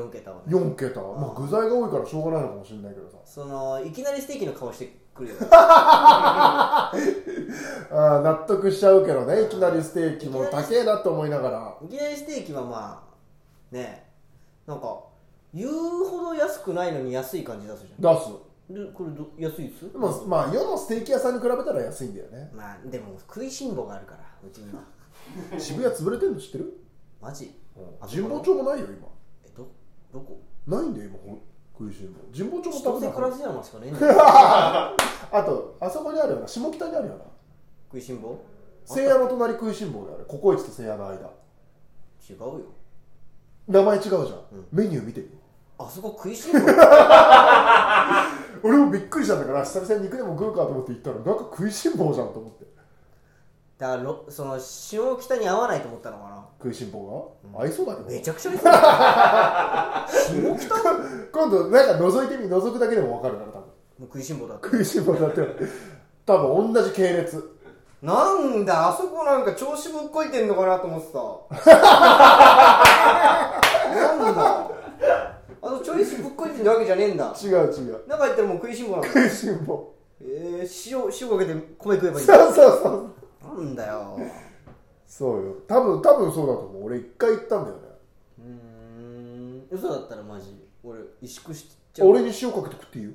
Speaker 2: お
Speaker 1: 4桁をね
Speaker 2: 4桁まあ具材が多いからしょうがないのかもしれないけどさ
Speaker 1: そのいきなりステーキの顔してく るよね
Speaker 2: あー納得しちゃうけどねいきなりステーキも高えなと思いながら
Speaker 1: いきなりステーキはまあねえなんか言うほど安くないのに安い感じ出すじゃん
Speaker 2: 出す
Speaker 1: でこれど安いっす
Speaker 2: でもまあ世のステーキ屋さんに比べたら安いんだよね
Speaker 1: まあでも食いしん坊があるからうちには
Speaker 2: 渋谷潰れてるの知ってる
Speaker 1: マジあ
Speaker 2: 神保町もないよ今
Speaker 1: えどどこ
Speaker 2: ないんだよ今ほ食いしん坊神保町も
Speaker 1: 人
Speaker 2: 食べ
Speaker 1: で
Speaker 2: な
Speaker 1: から
Speaker 2: く
Speaker 1: ず山しかねえんだよ
Speaker 2: あとあそこにあるよな下北にあるよな
Speaker 1: 食いしん坊
Speaker 2: 聖夜の隣食いしん坊であるココイチと聖夜の間
Speaker 1: 違うよ
Speaker 2: 名前違うじゃん、メニュー見てみ
Speaker 1: あそこ食いしん坊
Speaker 2: 俺もびっくりしたんだから久々に肉でも食うかと思って行ったらなんか食いしん坊じゃんと思って
Speaker 1: だからろその下北に合わないと思ったのか
Speaker 2: 食いしん坊が、合いそうだけ
Speaker 1: な
Speaker 2: ど
Speaker 1: めちゃくちゃ安い下北も
Speaker 2: 今度なんか覗いてみ覗くだけでも分かるから多分
Speaker 1: う食いしん坊だって
Speaker 2: 食いしん坊だって多分同じ系列
Speaker 1: なんだあそこなんか調子ぶっこいてんのかなと思ってた なんだあの調子ぶっこいてるわけじゃねえんだ
Speaker 2: 違う違う
Speaker 1: 中入ったらもう食いしん坊なんだ
Speaker 2: 食いしん坊
Speaker 1: えー、塩塩かけて米食えばいいん
Speaker 2: そ
Speaker 1: だ
Speaker 2: うそうそ
Speaker 1: な
Speaker 2: う
Speaker 1: んだよ
Speaker 2: そうよ多分多分そうだと思う俺一回行ったんだよね
Speaker 1: うーん嘘だったらマジ俺萎縮しちゃう
Speaker 2: 俺に塩かけて食っていいよ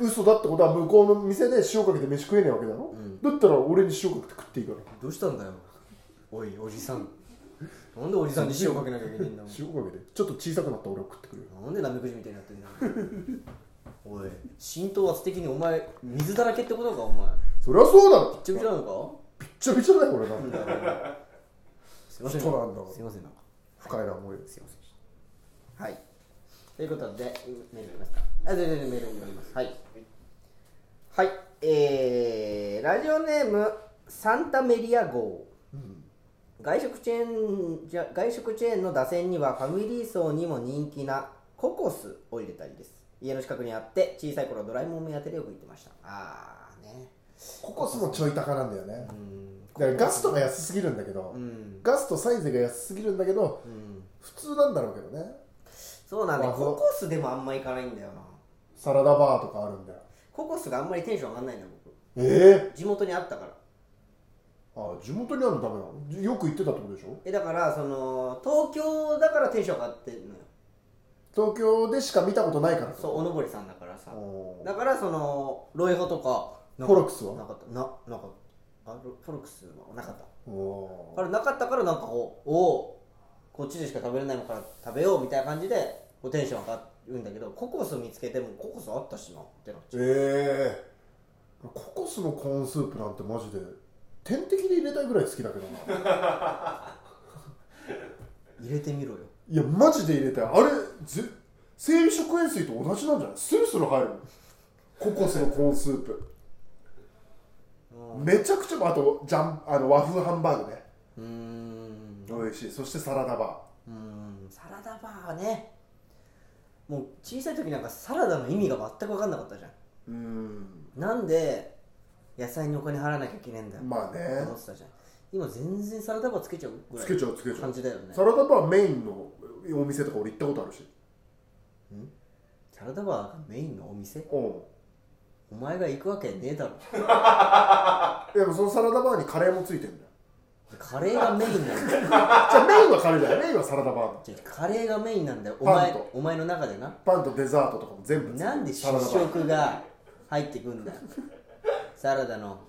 Speaker 2: 嘘だってことは向こうの店で塩かけて飯食えねえわけだろ、だったら俺に塩かけて食っていいから
Speaker 1: どうしたんだよおいおじさんなんでおじさんに塩かけなきゃいけないんだもん
Speaker 2: 塩かけてちょっと小さくなった俺を食ってくれる
Speaker 1: なんでなめくじみたいになってんだおい浸透圧的にお前水だらけってことかお前
Speaker 2: そりゃそうだろ
Speaker 1: ちょびちょなのか
Speaker 2: びっちょびちょだよ俺な
Speaker 1: すいません
Speaker 2: そうなんだ
Speaker 1: すいませんなんか
Speaker 2: 深いな思い
Speaker 1: すいませんでしたはいということでメール読みますかあ全然メール読みますはいはいえー、ラジオネームサンタメリア号外食チェーンじゃ外食チェーンの打線にはファミリー層にも人気なココスを入れたりです家の近くにあって小さい頃ドラえもん目当てでよく行ってましたああね
Speaker 2: ココスもちょい高なんだよね
Speaker 1: うん
Speaker 2: だからガストが安すぎるんだけど、
Speaker 1: うん
Speaker 2: ガストサイゼが安すぎるんだけど
Speaker 1: うん
Speaker 2: 普通なんだろうけどね
Speaker 1: そうなんだ
Speaker 2: まあそう
Speaker 1: ココスでもあんま行かないんだよな
Speaker 2: サラダバーとかあるんだよ
Speaker 1: ココスがあんまりテンション上がんないんだよ僕
Speaker 2: ええ
Speaker 1: 地元にあったから
Speaker 2: あ地元にあるのダメなのじよく行ってたってことでしょ
Speaker 1: えだからその東京だからテンション上がってるのよ
Speaker 2: 東京でしか見たことないから
Speaker 1: そうおのぼりさんだからさ
Speaker 2: おー
Speaker 1: だからそのロイホとかなんか
Speaker 2: フォロックスは
Speaker 1: なかったななかったあロフォロックスはなかった
Speaker 2: お
Speaker 1: あ
Speaker 2: ー
Speaker 1: れなかったからなんかこうおおこっちでしか食べれないのから食べようみたいな感じでこうテンション上がるんだけどココス見つけてもココスあったしなってなっちゃ
Speaker 2: ええココスのコーンスープなんてマジで点滴で入れたいぐらい好きだけどな
Speaker 1: う入れてみろよ
Speaker 2: いやマジで入れたいあれぜ生理食塩水と同じなんじゃないスルスル入るココスのコーンスープめちゃくちゃあとジャンあの和風ハンバーグね
Speaker 1: うーん
Speaker 2: 美味しいそしてサラダバ
Speaker 1: うーんサラダバーはねもう小さい時なんかサラダの意味が全く分かんなかったじゃん
Speaker 2: ーうん
Speaker 1: なんで野菜にお金払わなきゃいけないんだよ
Speaker 2: まあね
Speaker 1: って思ってたじゃん今全然サラダバーつけちゃうぐら
Speaker 2: つ
Speaker 1: い
Speaker 2: けちゃうつけちゃ
Speaker 1: 感
Speaker 2: う
Speaker 1: じだよね
Speaker 2: サラダバーメインのお店とか俺行ったことあるし
Speaker 1: サラダバーがメインのお店
Speaker 2: うん
Speaker 1: お前が行くわけねえだろ
Speaker 2: いやそのサラダバーにカレーもついてるんだよ
Speaker 1: カレーがメインなんだよ
Speaker 2: じゃあメインはカレーだよメインはサラダバーの
Speaker 1: 違うカレーがメインなんだよお
Speaker 2: パン
Speaker 1: 前
Speaker 2: と
Speaker 1: お前の中でな
Speaker 2: パンとデザートとかも全部ついてる
Speaker 1: なんで主
Speaker 2: サラダバー
Speaker 1: 食が入ってくんだよサラダの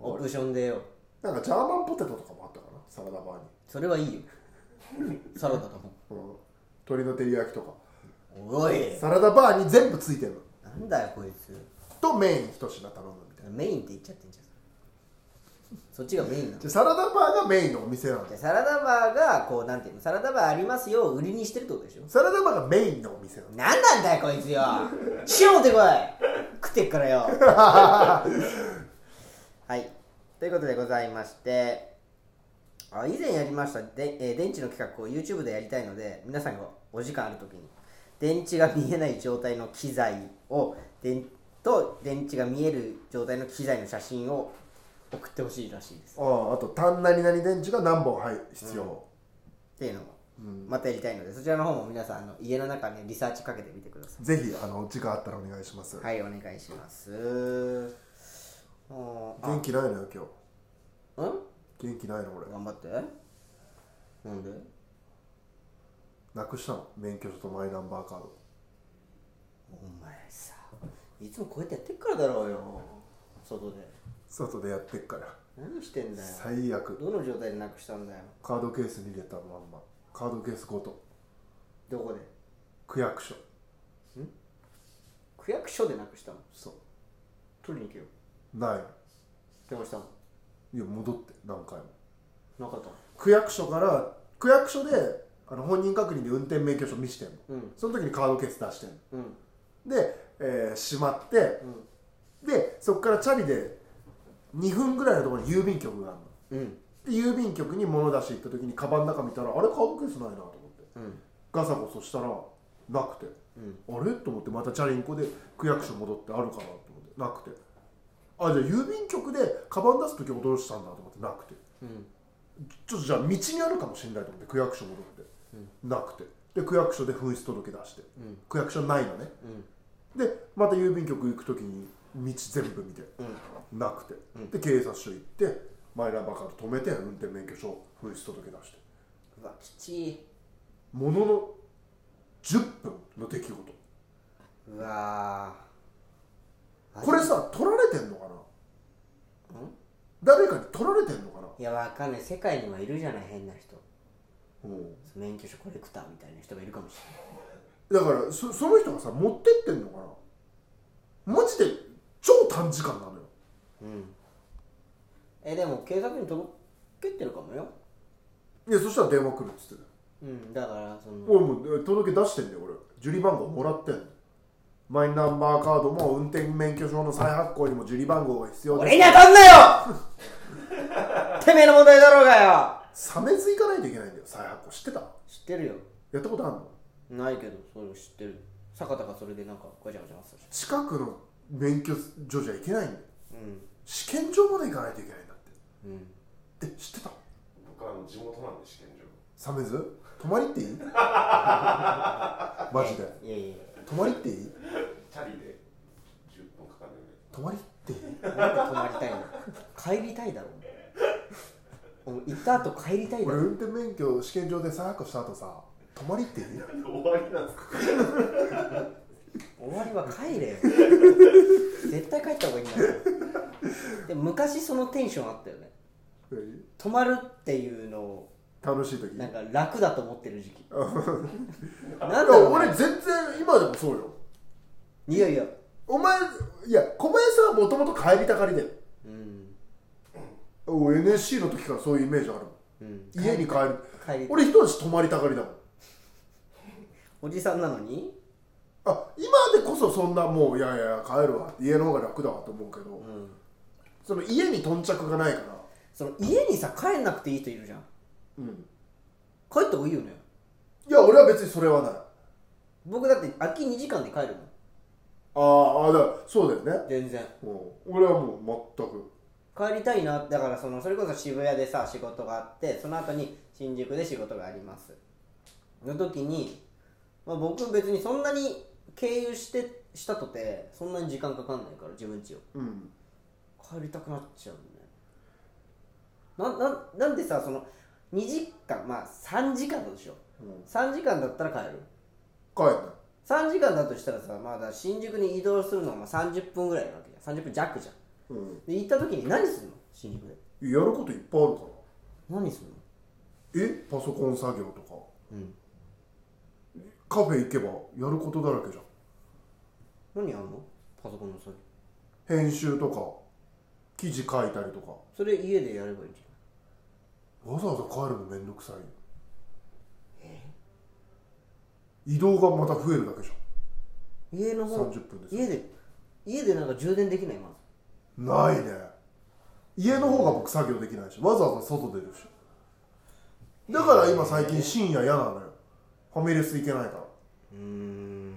Speaker 1: オプションでよ
Speaker 2: なんかジャーマンポテトとかもあったかなサラダバーに、
Speaker 1: それはいいよサラダだもん
Speaker 2: うん、鶏の照り焼きとか
Speaker 1: おい
Speaker 2: サラダバーに全部ついてるの
Speaker 1: なんだよこいつ
Speaker 2: とメイン一品頼むみたいな
Speaker 1: メインって言っちゃってんじゃんそっちがメインなの
Speaker 2: じゃあサラダバーがメインのお店なの
Speaker 1: じゃあサラダバーがこうなんていうのサラダバーありますよを売りにしてるってことでしょ
Speaker 2: サラダバーがメインのお店なの
Speaker 1: なんなんだよこいつよ塩持ってこい食ってっからよはいということでございましてあ以前やりましたで、えー電池の企画を YouTube でやりたいので皆さんがお時間ある時に電池が見えない状態の機材を電と電池が見える状態の機材の写真を送ってほしいらしいです
Speaker 2: あああと単何々電池が何本はい必要、
Speaker 1: っていうのもまたやりたいのでそちらの方も皆さんあの家の中にリサーチかけてみてください
Speaker 2: ぜひあの時間あったらお願いします、
Speaker 1: はい、お願いします。もう
Speaker 2: 元気ないのよ今
Speaker 1: あ、ん
Speaker 2: 日元気ないの俺
Speaker 1: 頑張って。なんで
Speaker 2: なくしたの免許証とマイナンバーカード
Speaker 1: お前さ、いつもこうやってやってっからだろうよ。外で。
Speaker 2: 外でやってっから
Speaker 1: 何してんだよ。
Speaker 2: 最悪
Speaker 1: どの状態でなくしたんだよ。
Speaker 2: カードケースに入れたまんまカードケースごと
Speaker 1: どこで
Speaker 2: 区役所
Speaker 1: 区役所でなくしたの
Speaker 2: そ
Speaker 1: 取りに行けよ。
Speaker 2: うない
Speaker 1: 電話したの
Speaker 2: いや戻って何回も
Speaker 1: なかったの
Speaker 2: 区役所から区役所であの本人確認で運転免許証見してんの、
Speaker 1: うん
Speaker 2: その時にカードケース出してん
Speaker 1: うん。
Speaker 2: ので、えーしまって、でそこからチャリで2分ぐらいのところに郵便局があるの
Speaker 1: うん。
Speaker 2: で郵便局に物出し行った時にカバンの中見たらあれカードケースないなと思って、
Speaker 1: ん
Speaker 2: ガサゴソしたらなくて、あれと思ってまたチャリンコで区役所戻ってあるかなと思ってなくてあじゃあ郵便局でカバン出す時驚したんだと思ってなくて
Speaker 1: うん
Speaker 2: ちょっとじゃあ道にあるかもしれないと思って区役所戻って、なくてで区役所で紛失届出して、
Speaker 1: ん
Speaker 2: 区役所ないのね
Speaker 1: うん
Speaker 2: でまた郵便局行く時に道全部見て、なくて、で警察署行ってマイナンバーカード止めて運転免許証紛失届出して
Speaker 1: うわきちい
Speaker 2: ものの10分の出来事
Speaker 1: うわー
Speaker 2: これさ取られてんのかな誰かに取られてんのかない
Speaker 1: やわかんない世界にはいるじゃない変な人
Speaker 2: うん
Speaker 1: 免許証コレクターみたいな人がいるかもしれない
Speaker 2: だからそその人がさ持ってってんのかなマジで超短時間なのよ
Speaker 1: うんえでも警察に届けてるかもよ
Speaker 2: いやそしたら電話来るっつってたよ
Speaker 1: うんだからその
Speaker 2: 俺もう届け出してんだよ俺受理番号もらってんのマイナンバーカードも運転免許証の再発行にも受理番号が必要
Speaker 1: 俺に当たんなよ てめえの問題だろうがよ
Speaker 2: サメず行かないといけないんだよ再発行知ってた
Speaker 1: 知ってるよ
Speaker 2: やったことあるの
Speaker 1: ないけどそれ知ってる坂田がそれでなんかごちゃごちゃなってたし
Speaker 2: 近くの免許所じゃ行けないんだよ
Speaker 1: う
Speaker 2: 試験場まで行かないといけないんだっ
Speaker 1: んうん
Speaker 2: てえ知ってた
Speaker 3: 僕はあの地元なんで試験場
Speaker 2: サメズ泊まりっていい マジで
Speaker 1: いやいやいや
Speaker 2: 泊まりっていい
Speaker 3: チャリで10分かかるんで
Speaker 2: 泊まりっていい
Speaker 1: なんで泊まりたいの帰りたいだろお前行った後帰りたいだ
Speaker 2: 俺
Speaker 1: ろ
Speaker 2: 運転免許試験場で再発行した後さ泊まりっていい
Speaker 3: 終わりなんですか
Speaker 1: 終わりは帰れよ絶対帰った方がいいんだよでも昔そのテンションあったよね泊まるっていうのを
Speaker 2: 楽しい時
Speaker 1: なんか楽だと思ってる時期ないんだ
Speaker 2: や
Speaker 1: ろう
Speaker 2: 俺
Speaker 1: ね
Speaker 2: 全然今でもそうよ
Speaker 1: いやいや
Speaker 2: お前いや小林さんはもともと帰りたがりだよ
Speaker 1: うん
Speaker 2: お NSC の時からそういうイメージあるも
Speaker 1: うん
Speaker 2: ん家に帰る
Speaker 1: 帰り
Speaker 2: 俺一足泊まりたがりだもん
Speaker 1: おじさんなのに
Speaker 2: あ今でこそそんなもういやいや帰るわ家の方が楽だわと思うけど、
Speaker 1: ん
Speaker 2: その家に頓着がないから
Speaker 1: その家にさ帰んなくていい人いるじゃん
Speaker 2: うん
Speaker 1: 帰った方がいいよね
Speaker 2: いや俺は別にそれはない
Speaker 1: 僕だって空き2時間で帰るもん
Speaker 2: あーあーだからそうだよね、
Speaker 1: 全然
Speaker 2: うん、俺はもう全く
Speaker 1: 帰りたいなだからそのそれこそ渋谷でさ仕事があってその後に新宿で仕事がありますの時に、まあ、僕別にそんなに経由してしたとてそんなに時間かかんないから自分家を
Speaker 2: うん
Speaker 1: 帰りたくなっちゃうんだよなななんでさその2時間まあ3時間だとしよう、
Speaker 2: うん
Speaker 1: 3時間だったら帰る
Speaker 2: 帰んない
Speaker 1: 3時間だとしたらさまあだから新宿に移動するのはまあ30分ぐらいなわけじゃん30分弱じゃん
Speaker 2: うん
Speaker 1: で行った時に何するの新宿で
Speaker 2: やることいっぱいあるから
Speaker 1: 何するの
Speaker 2: えパソコン作業とか
Speaker 1: うん
Speaker 2: カフェ行けばやることだらけじゃん
Speaker 1: 何やんのパソコンの作業
Speaker 2: 編集とか記事書いたりとか
Speaker 1: それ家でやればいいじ
Speaker 2: わざわざ帰るのめんどくさいよ移動がまた増えるだけじ
Speaker 1: ゃん家の方
Speaker 2: 30分です
Speaker 1: 家で家でなんか充電できないまず
Speaker 2: ゃんないね家の方が僕作業できないしわざわざ外出るしだから今最近深夜嫌なのよファミレス行けないから
Speaker 1: うーん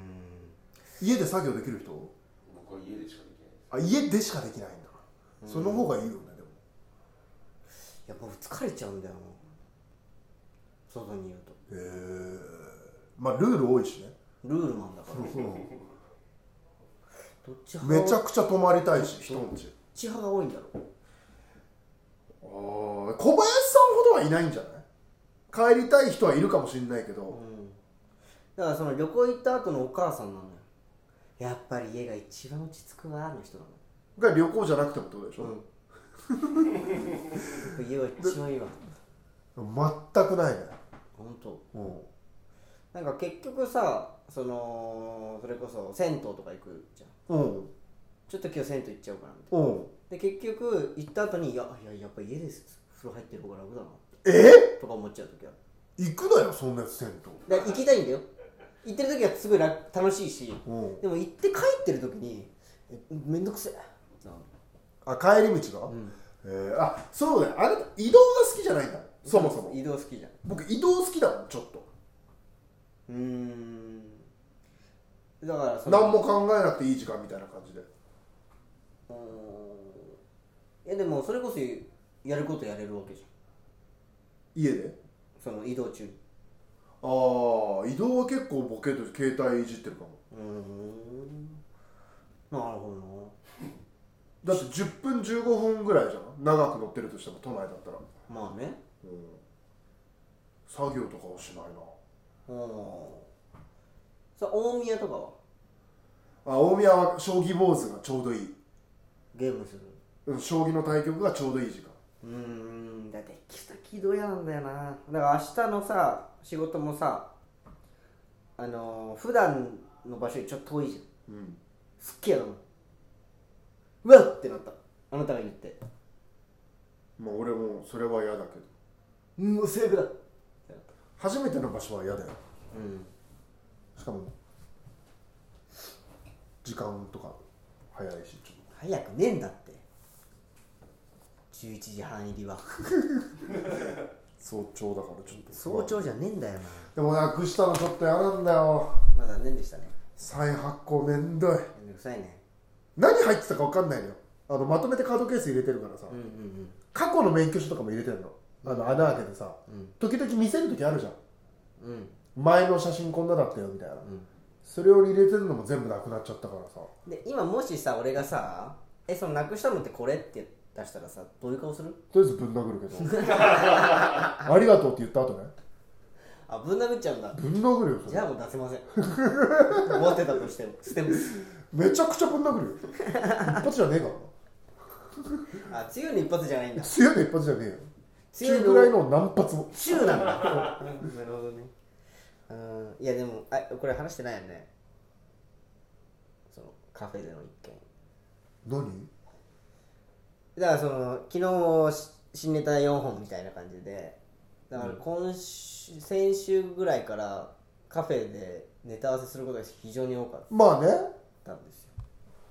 Speaker 2: 家で作業できる人
Speaker 3: 僕は家でしかできないです
Speaker 2: あ家でしかできないんだその方がいいよねでも
Speaker 1: やっぱ疲れちゃうんだよな外にいると
Speaker 2: へえまあルール多いしね
Speaker 1: ルールマンだからどっち
Speaker 2: め
Speaker 1: 派
Speaker 2: ちゃ
Speaker 1: がどっ
Speaker 2: くちゃ泊まりたいし人んち
Speaker 1: ち派が多いんだろう
Speaker 2: ああ小林さんほどはいないんじゃない帰りたい人はいるかもしれないけど、
Speaker 1: だからその旅行行った後のお母さんなのよやっぱり家が一番落ち着くわあの人なの
Speaker 2: が旅行じゃなくてもってことでしょ、
Speaker 1: やっぱ家が一番いいわ
Speaker 2: 全くないね、
Speaker 1: 本当。
Speaker 2: うん、
Speaker 1: なんか結局さそのそれこそ銭湯とか行くじゃん
Speaker 2: うん
Speaker 1: ちょっと今日銭湯行っちゃおうかなみたい
Speaker 2: うん
Speaker 1: なで結局行った後にいやいややっぱ家です風呂入ってる方が楽だな
Speaker 2: え
Speaker 1: とか思っちゃう時は
Speaker 2: 行くなよそんなやつ銭
Speaker 1: だから行きたいんだよ行ってる時はすごい楽楽しいし
Speaker 2: 湯、うん、
Speaker 1: でも行って帰ってる時にえめんどくせえな
Speaker 2: あ帰り道が、
Speaker 1: ん
Speaker 2: えーあそうだよあれ移動が好きじゃないんだそもそも
Speaker 1: 移動好きじゃん
Speaker 2: 僕移動好きだもんちょっと
Speaker 1: うーんだからその
Speaker 2: 何も考えなくていい時間みたいな感じで
Speaker 1: うーんいやでもそれこそやることやれるわけじゃん
Speaker 2: 家で
Speaker 1: その移動中に
Speaker 2: ああ移動は結構ボケと携帯いじってるかも
Speaker 1: うーんなるほ
Speaker 2: だって10分15分ぐらいじゃん長く乗ってるとしても都内だったら、
Speaker 1: どなまあね
Speaker 2: うん、作業とかはしないな
Speaker 1: うんさ大宮とかは
Speaker 2: あ大宮は将棋坊主がちょうどいい、
Speaker 1: ゲームする
Speaker 2: うん、将棋の対局がちょうどいい時間
Speaker 1: うーんだって行き先どやなんだよなだから明日のさ仕事もさあのー、普段の場所よりちょっと遠いじゃん
Speaker 2: うん
Speaker 1: すっげえなもんうわっってなったあなたが言って
Speaker 2: まあ俺もそれは嫌だけど
Speaker 1: もうセーフだってなった
Speaker 2: 初めての場所は嫌だよ
Speaker 1: うん
Speaker 2: しかも時間とか早いしちょっ
Speaker 1: 早くねえんだって11時半入 りは
Speaker 2: と早朝だからちょっと
Speaker 1: 早朝じゃねえんだよ
Speaker 2: でもなくしたのちょっと嫌なんだよ
Speaker 1: なまあ残念でしたね
Speaker 2: 再発行めんどい
Speaker 1: めんどくさいね
Speaker 2: 何入ってたか分かんないのよあのまとめてカードケース入れてるからさ、
Speaker 1: うんうんうん
Speaker 2: 過去の免許証とかも入れてるのあの穴開けてさ、
Speaker 1: うん
Speaker 2: 時々見せる時あるじゃん
Speaker 1: うん
Speaker 2: 前の写真こんなだったよみたいな、
Speaker 1: ん
Speaker 2: それを入れてるのも全部なくなっちゃったからさ
Speaker 1: で今もしさ俺がさ「えそのなくしたのってこれ?」って出したらさどういう顔する
Speaker 2: とりあえずぶん殴る けどありがとうって言った後ね
Speaker 1: あぶん殴っちゃうんだ
Speaker 2: ぶん殴るよそ
Speaker 1: じ
Speaker 2: れ
Speaker 1: ゃあもう出せませ ん持ってたとしても捨てます
Speaker 2: めちゃくちゃぶん殴るよ一発じゃねえからな
Speaker 1: あ強いの一発じゃないん だ
Speaker 2: 強いの一発じゃねえよ
Speaker 1: 強
Speaker 2: 中
Speaker 1: い
Speaker 2: ぐらい
Speaker 1: の
Speaker 2: の何発も
Speaker 1: 中なんだうん なるほどねうんいやでもあこれ話してないよねそのカフェでの一件
Speaker 2: 何
Speaker 1: だからその昨日し新ネタ4本みたいな感じでだから今週、先週ぐらいからカフェでネタ合わせすることが非常に多かっ
Speaker 2: まあね
Speaker 1: たんですよ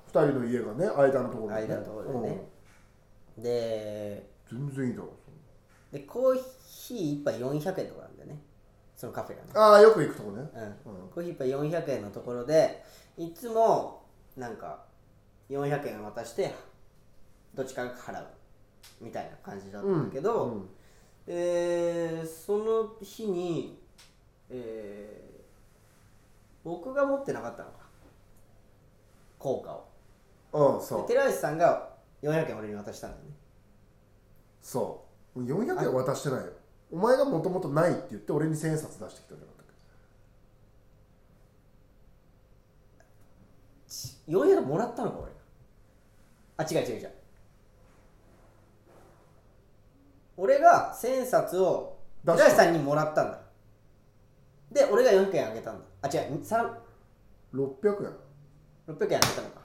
Speaker 2: 二人の家がね間のところで、ね、
Speaker 1: 間のところでね、で
Speaker 2: うん全然いいだろ
Speaker 1: でコーヒー1杯400円とかなんだよねそのカフェがね
Speaker 2: ああよく行くとこね
Speaker 1: うん
Speaker 2: うん
Speaker 1: コーヒー1杯400円のところでいつもなんか400円渡してどっちかが払うみたいな感じだったんだけど、
Speaker 2: うん
Speaker 1: えーその日に、えー僕が持ってなかったのか効果を
Speaker 2: ああそう
Speaker 1: で寺内さんが400円俺に渡したんだよね
Speaker 2: そう400円渡してないよお前がもともとないって言って俺に千円札出してきたんだから
Speaker 1: 400円もらったのか俺あ違う違う違う俺が1000円札を
Speaker 2: 出
Speaker 1: 寺
Speaker 2: した
Speaker 1: 内さんにもらったんだで俺が400円あげたんだあ違う3
Speaker 2: 600円
Speaker 1: 600円あげたのか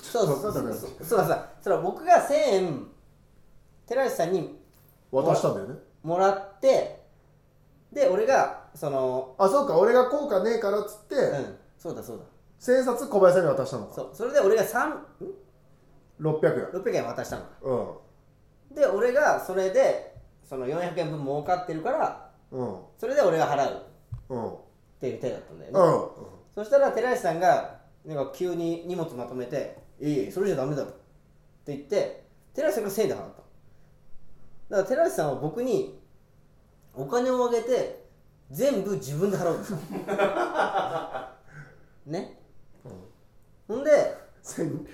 Speaker 1: そうそうそうそ
Speaker 2: ちょっと分かんな
Speaker 1: う
Speaker 2: くな
Speaker 1: そ
Speaker 2: っ
Speaker 1: うそうだそれは僕が1000円寺内さんに
Speaker 2: 渡したんだよね
Speaker 1: もらってで俺がその
Speaker 2: あそうか俺が効果ねえからっつって、
Speaker 1: うんそうだそうだ
Speaker 2: 千円札小林さんに渡したのか
Speaker 1: そうそれで俺が3ん
Speaker 2: 600円
Speaker 1: 600円渡したのか
Speaker 2: うん
Speaker 1: で俺がそれでその400円分儲かってるから
Speaker 2: うん
Speaker 1: それで俺が払うっ
Speaker 2: うん
Speaker 1: ていう手だったんだよね、
Speaker 2: うん
Speaker 1: そしたら寺内さんがなんか急に荷物まとめて「いいいいそれじゃダメだろ」って言って寺内さんが1000円で払っただから寺内さんは僕にお金をあげて全部自分で払うんですよね、ほんで
Speaker 2: 千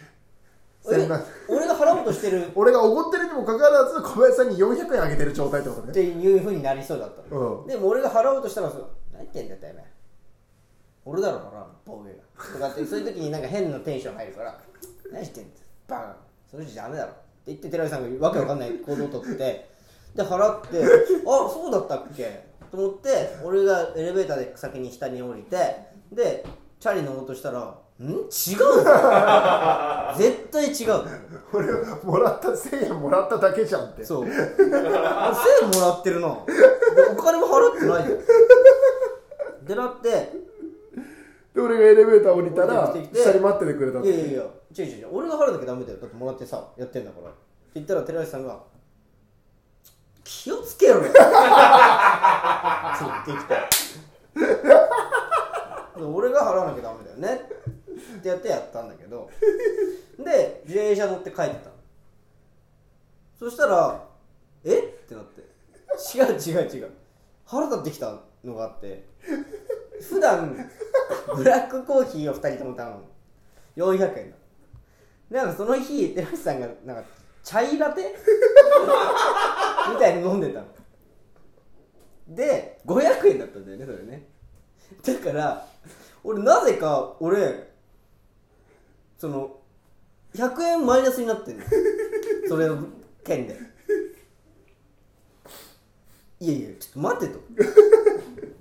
Speaker 1: 俺
Speaker 2: 千な
Speaker 1: 俺が払おうとしてるっ
Speaker 2: 俺がおごってるにもかかわらず小林さんに400円あげてる状態ってことね
Speaker 1: ていうふうになりそうだったの
Speaker 2: うん
Speaker 1: でも俺が払おうとしたらそう何言ってんだよてめえ俺だろ払うのボケがとかってそういう時になんか変なテンション入るから何してんだよバカそれじゃダメだろって言って寺井さんがわけわかんない行動をとってで払ってあそうだったっけと思って俺がエレベーターで先に下に降りてでチャリ乗ろうとしたら「ん違うの絶対違うの
Speaker 2: 俺もらった1000円もらっただけじゃんっ て
Speaker 1: そう。1000円もらってるな。お金も払ってないじゃん。でなって、
Speaker 2: で俺がエレベーター降りたら
Speaker 1: 降りてきて
Speaker 2: 下に待っててくれたの
Speaker 1: いやいやいや、違う違う違う、俺が払うだけダメだよ。だってもらってさ、やってんだから。って言ったら、寺内さんが、気をつけろよ。って言ってきて。俺が払わなきゃダメだよね。ってやってやったんだけど、書いてたのそしたら「えっ?」てなって「違う違う違う」腹立ってきたのがあって普段ブラックコーヒーを2人とも頼む400円だなんかその日寺橋さんがなんかチャイラテみたいに飲んでたので500円だったんだよねそれねだから俺なぜか俺その100円マイナスになってるのそれの件でいやいやちょっと待ってと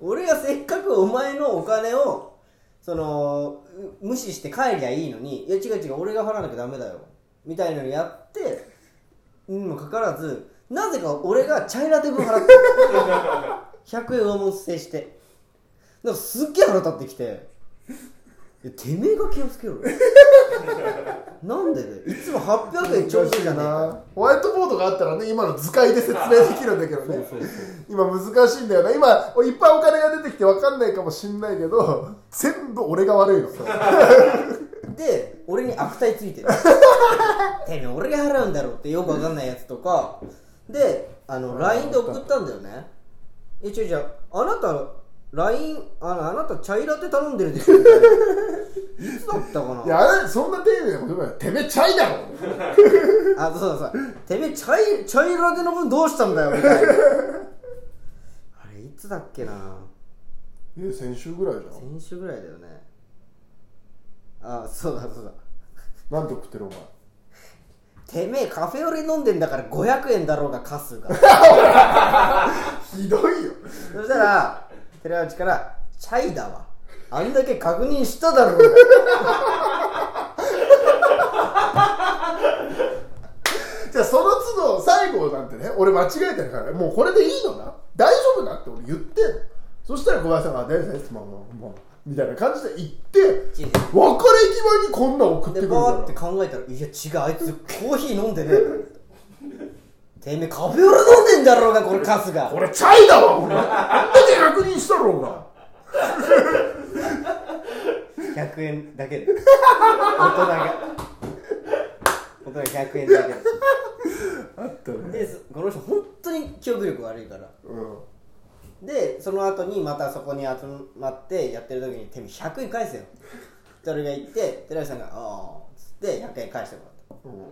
Speaker 1: 俺がせっかくお前のお金をそのう無視して帰りゃいいのにいや違う違う俺が払わなきゃダメだよみたいなのやってにもかかわらずなぜか俺がチャイラテ分払ってる100円上乗せしてなんかすっげえ腹立ってきていやてめえが気をつけろよなんでだよいつも800円ちょうどじゃねえか
Speaker 2: ホワイトボードがあったらね今の図解で説明できるんだけどね今難しいんだよな今いっぱいお金が出てきて分かんないかもしんないけど全部俺が悪いの
Speaker 1: で俺に悪態ついて るてめえ俺が払うんだろうってよくわかんないやつとかであの LINE で送ったんだよねえちょいちょいあなた LINE あのあなたチャイラテ頼んでるでしょみた いないつだったかない
Speaker 2: やあれそんな丁寧な言葉やてめえチャイだろ
Speaker 1: あそうそうそうてめえチャイチャイラテの分どうしたんだよみたい なあれいつだっけな
Speaker 2: え先週ぐらいじゃん
Speaker 1: 先週ぐらいだよねあそうだそうだ
Speaker 2: なんで送ってるお前
Speaker 1: てめえカフェオレ飲んでんだから500円だろうが貸すが
Speaker 2: ひどいよ
Speaker 1: そしたら寺内から「チャイだわあんだけ確認しただろうが」
Speaker 2: じゃあその都度最後なんてね俺間違えてるからもうこれでいいのな大丈夫だって俺言ってんのそしたら小林さんが「大丈夫ですまあまあまあ」みたいな感じで言って別
Speaker 1: 違う違
Speaker 2: れ
Speaker 1: う
Speaker 2: 際にこんなん送って
Speaker 1: で
Speaker 2: くる
Speaker 1: バーっ
Speaker 2: か
Speaker 1: て
Speaker 2: ら
Speaker 1: 考えたら「いや違うあいつコーヒー飲んでねえだろ」てめえカフェオレ飲んでんだろうがこれカスが
Speaker 2: これチャイだわこれあんだけ確認したろうが
Speaker 1: 100円だけで大人が大人が100円だけで
Speaker 2: あったね
Speaker 1: でこの人本当に記憶力悪いから
Speaker 2: うん
Speaker 1: でその後にまたそこに集まってやってる時に「てめえ100円返せよ」それが言って寺内さんが「ああ」っつって100円返してもらった
Speaker 2: うん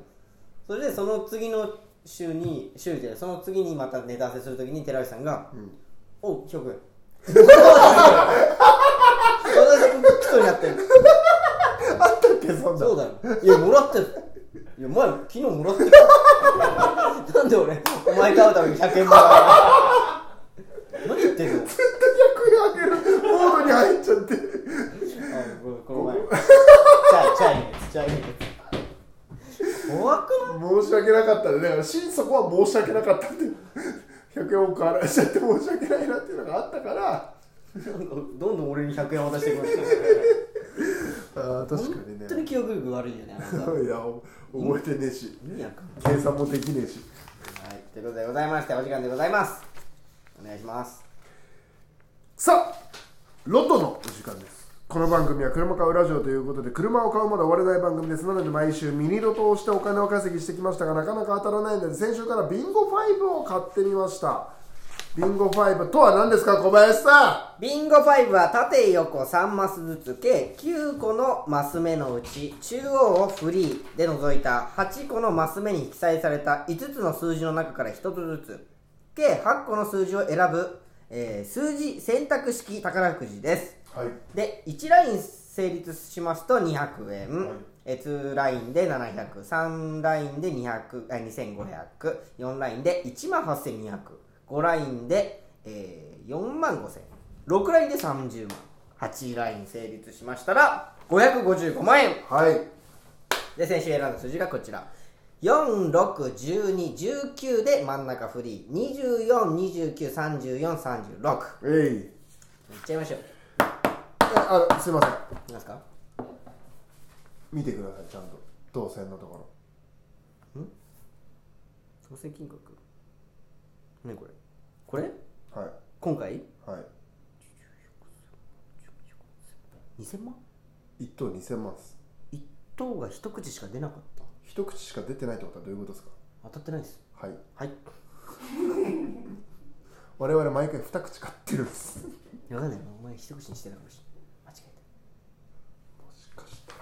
Speaker 1: それでその次の週に週でその次にまたネタ合わせする時に寺内さんが「おう100円」私クソになってる
Speaker 2: あったっけそんな
Speaker 1: そうだよいやもらってるいやお前昨日もらってたなんで俺お前買うために100円もらうの何言ってんの
Speaker 2: 100円あげるモードに入っちゃって
Speaker 1: あここの前チャイチャイのやつチャイのやつ怖くない
Speaker 2: 申し訳なかったねだから心底は申し訳なかったって100円を変わらしちゃって申し訳ないなっていうのがあったから
Speaker 1: どんどん俺に100円渡してくる
Speaker 2: ああ確かに
Speaker 1: 本当に記憶力悪いよねあなた
Speaker 2: いやお覚えてねえし
Speaker 1: 意味わかん
Speaker 2: 計算もできねえし
Speaker 1: ないはいということでございましてお時間でございますお願いします
Speaker 2: さあロトのお時間ですこの番組は車買うラジオということで車を買うまで終われない番組ですなので毎週ミニロトをしてお金を稼ぎしてきましたがなかなか当たらないので先週からビンゴ5を買ってみましたビンゴ5とは何ですか小林さん
Speaker 1: ビンゴ5は縦横3マスずつ計9個のマス目のうち中央をフリーで除いた8個のマス目に記載された5つの数字の中から1つずつ計8個の数字を選ぶ、えー数字選択式宝くじです
Speaker 2: はい
Speaker 1: で1ライン成立しますと200円、
Speaker 2: はい
Speaker 1: え2ラインで7003ラインで200あ25004ラインで1万8205ラインで、えー、4万50006ラインで30万8ライン成立しましたら555万円
Speaker 2: はい
Speaker 1: で先週選んだ数字がこちら461219で真ん中フリー24293436
Speaker 2: えい
Speaker 1: いっちゃいましょう
Speaker 2: えあのすいません
Speaker 1: いきますか
Speaker 2: 見てくださいちゃんと当選のとこ
Speaker 1: 当選金額ねこれこれ
Speaker 2: ろは
Speaker 1: 今回
Speaker 2: いはい
Speaker 1: 2000万
Speaker 2: 1等2000万です
Speaker 1: 一等が一口しか出なかった
Speaker 2: 一口しか出てないってことはどういうことですか
Speaker 1: 当たってないです
Speaker 2: はい
Speaker 1: はい
Speaker 2: 我々毎回二口買ってるんです
Speaker 1: 分かんないお前一口にしてたかもしれない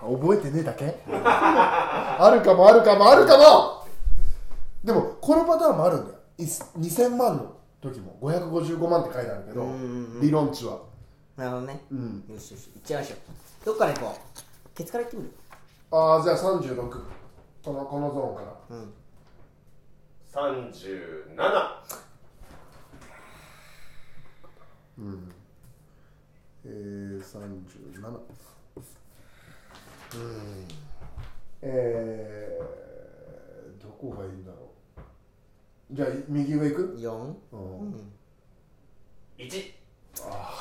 Speaker 1: 間違
Speaker 2: 覚えてねえだけあるかもあるかもあるかもでもこのパターンもあるんだよい2000万の時も555万って書いてあるけど理論値は
Speaker 1: えたなるほどね、
Speaker 2: うん
Speaker 1: よしよし行っちゃいましょうどっから行こうケツから行ってみる
Speaker 2: ああじゃあ36このこのゾーンから
Speaker 3: 三十七。
Speaker 2: えー、37うんえー、どこがいいんだろうじゃあ右上行く、
Speaker 1: 4
Speaker 2: うん
Speaker 3: 一。
Speaker 2: あ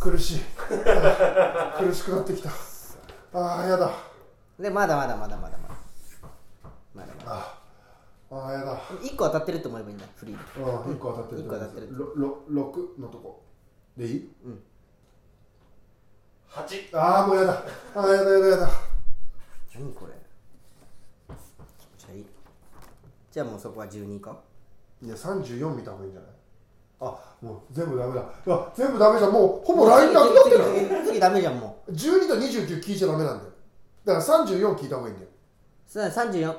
Speaker 2: 苦しい あ苦しくなってきたああやだ
Speaker 1: でまだまだまだまだまだまだまだ
Speaker 2: ああやだ
Speaker 1: 1個当たってると思えばいいんだフリーで
Speaker 2: うん一個当たってる
Speaker 1: 一個当たってる
Speaker 2: ろろ六のとこでいい
Speaker 3: 八。
Speaker 2: ああもうやだああやだやだやだ
Speaker 1: 何これ気持ち悪いじゃあもうそこは12か
Speaker 2: いや34見た方がいいんじゃないあもう全部ダメだあ全部ダメじゃんもうほぼラインなくなってる
Speaker 1: 次次次ダメじゃんもう
Speaker 2: 12と29聞いちゃダメなんだよだから34聞いた方がいいんだよ
Speaker 1: さあ34
Speaker 2: う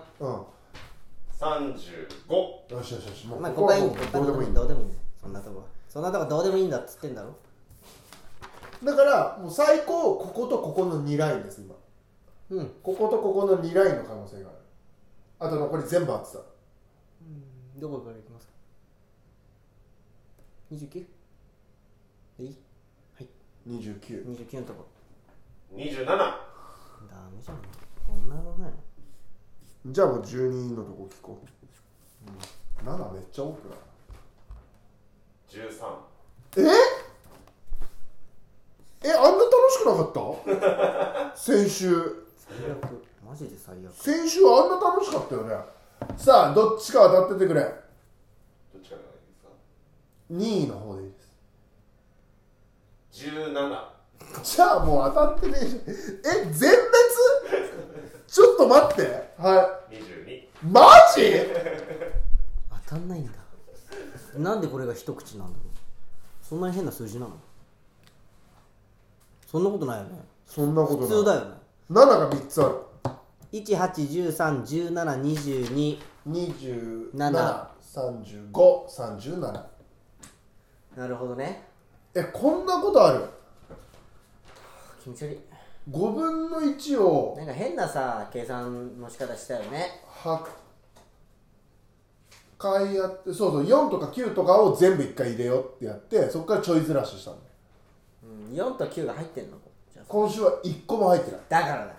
Speaker 3: 三十五。
Speaker 2: んよしよしよしもう
Speaker 1: まあ
Speaker 2: こ
Speaker 1: こ
Speaker 2: こ
Speaker 1: こは
Speaker 2: は
Speaker 1: い
Speaker 2: いも
Speaker 1: ん
Speaker 2: う
Speaker 1: だ
Speaker 2: どうでもいいんだ
Speaker 1: どうでもいいんだそんなとこはそんなとこどうでもいいんだっつってんだろ
Speaker 2: だからもう最高こことここの2ラインです今
Speaker 1: うん
Speaker 2: こことここの2ラインの可能性があるあと残り全部合ってた
Speaker 1: どこから行きますか 29? いい
Speaker 2: 29
Speaker 1: ?29 のとこ
Speaker 3: 二十
Speaker 1: ダ
Speaker 3: 七。
Speaker 1: メじゃんこんな危ないの
Speaker 2: じゃあもう12のとこ聞こう、うん、7めっちゃ多くない
Speaker 3: 十三。
Speaker 2: ええあんな楽しくなかった 先週
Speaker 1: 最悪マジで最悪
Speaker 2: 先週あんな楽しかったよねさあどっちか当たっててくれ
Speaker 3: どっちからがいいですか。
Speaker 2: 2位の方でいいで
Speaker 3: 十七。
Speaker 2: すじゃあもう当たってねえじゃんえ全滅ちょっと待っては
Speaker 3: 二十二。
Speaker 2: いマジ
Speaker 1: 当たんないんだなんでこれが一口なんだろうそんなに変な数字なのそんなことないよね
Speaker 2: そんなことない
Speaker 1: 普通だよね
Speaker 2: 7が3つある
Speaker 1: 18131722
Speaker 2: 273537
Speaker 1: なるほどね
Speaker 2: えこんなことある
Speaker 1: 気持ち悪い
Speaker 2: 5分の1を
Speaker 1: なんか変なさ計算の仕方したよね
Speaker 2: 8回やってそうそう4とか9とかを全部1回入れようってやってそこからちょいずらししたの
Speaker 1: うん4と9が入ってんのじゃあ
Speaker 2: 今週は1個も入ってない
Speaker 1: だからだっ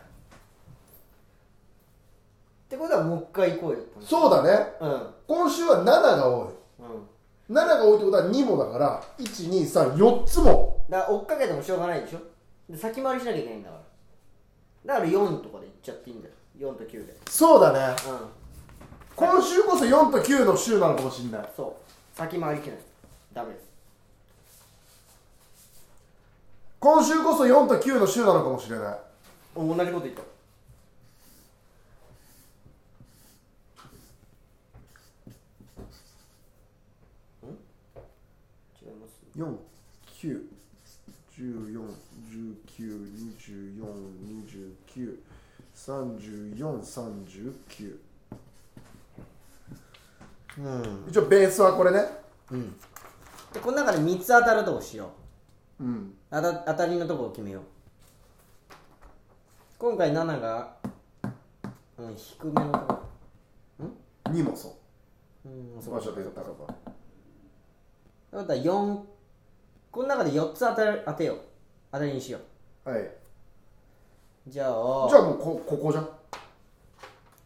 Speaker 1: てことはもう一回行こうよ
Speaker 2: そうだね
Speaker 1: うんうん
Speaker 2: 今週は7が多い7が多いってことは2もだから1234つも
Speaker 1: だから追っかけてもしょうがないでしょで先回りしなきゃいけないんだからだから4とかでいっちゃっていいんだよ4と9で
Speaker 2: そうだね
Speaker 1: うん
Speaker 2: 今週こそ4と9の週なのかもしんない
Speaker 1: そう先回りきれないダメです
Speaker 2: 今週こそ4と9の週なのかもしれない
Speaker 1: お同じこと言ったん違います
Speaker 2: 4 9 14 19 24 29 34 39
Speaker 1: うん
Speaker 2: 一応ベースはこれね
Speaker 1: でこの中で3つ当たるとこしよう
Speaker 2: うん
Speaker 1: 当た当たりのとこを決めよう今回7が、うん、低めのとこ
Speaker 2: 2もそう
Speaker 1: うん
Speaker 2: 場所で言ったらば
Speaker 1: だから4この中で4つ当たる当てよう当たりにしよう
Speaker 2: はい
Speaker 1: じゃあ
Speaker 2: じゃあもうこここじゃん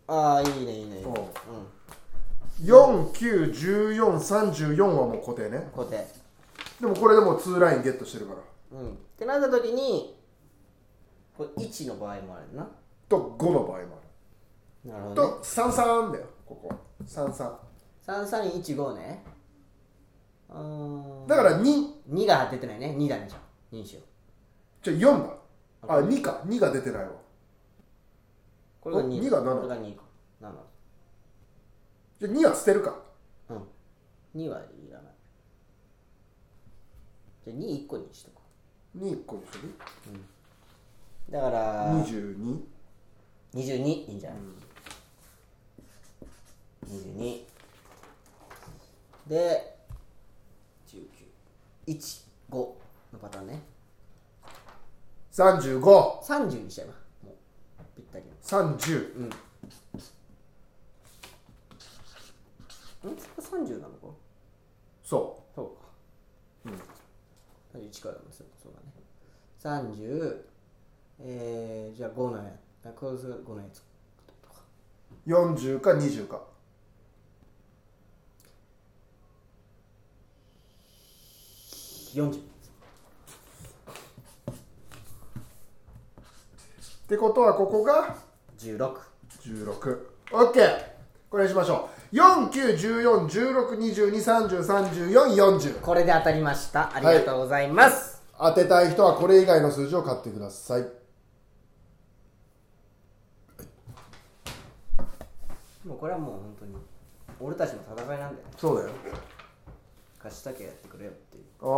Speaker 1: ああいいねいいねいいね
Speaker 2: おう
Speaker 1: う
Speaker 2: 491434はもう固定ね
Speaker 1: ん固定
Speaker 2: でもこれでもう2ラインゲットしてるから
Speaker 1: うんってなった時にこれ1の場合もあるな
Speaker 2: と5の場合もある
Speaker 1: なるほど、ね、
Speaker 2: と33だよここは33
Speaker 1: 3315ねうーん
Speaker 2: だから2
Speaker 1: 2が当ててないね2だねじゃあ2にしよう
Speaker 2: じゃあ4だあ2か2が出てないわ
Speaker 1: ここれが
Speaker 2: お
Speaker 1: 2。
Speaker 2: 二が七
Speaker 1: これが2か。7。
Speaker 2: じゃあ2は捨てるか
Speaker 1: うん。2はいらない。じゃあ2、1個にしとこ
Speaker 2: 2一個にする
Speaker 1: う。だから、
Speaker 2: 22
Speaker 1: 22いいんじゃない、22で191五のパターンね
Speaker 2: 3530
Speaker 1: 30にしちゃえばもうぴったりのんそれが30なのか
Speaker 2: そ
Speaker 1: そうかうん31からだもんそうそうだね30えー、じゃあ5のやあクローズ5のやつ
Speaker 2: う40か20か
Speaker 1: 40
Speaker 2: ってことはここが
Speaker 1: 16
Speaker 2: 16OK これにしましょう49141622303040
Speaker 1: これで当たりましたありがとうございます、
Speaker 2: 当てたい人はこれ以外の数字を買ってください
Speaker 1: もうこれはもう本当に俺たちの戦いなんだよ
Speaker 2: そうだよ
Speaker 1: 貸したけやってくれよっていう
Speaker 2: ああ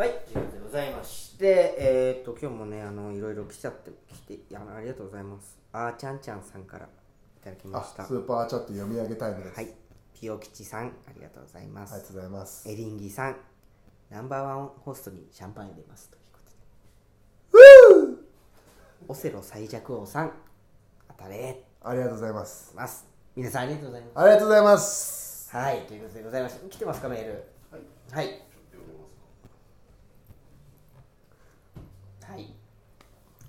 Speaker 1: はいということでございましてえっと今日もねあのいろいろ来ちゃって来ていやあのありがとうございますあーちゃんちゃんさんからいただきま
Speaker 2: あ
Speaker 1: した
Speaker 2: スーパーチャット読み上げタイムです、
Speaker 1: はいピオ吉さんありがとうございます、
Speaker 2: ありがとうございます
Speaker 1: エリンギさんナンバーワンホストにシャンパン入れますということでオセロ最弱王さん当たれ
Speaker 2: ありがとうございます
Speaker 1: ます皆さんありがとうございます
Speaker 2: ありがとうございます
Speaker 1: はい、ということでございました。来てますか、メール。はい。はい。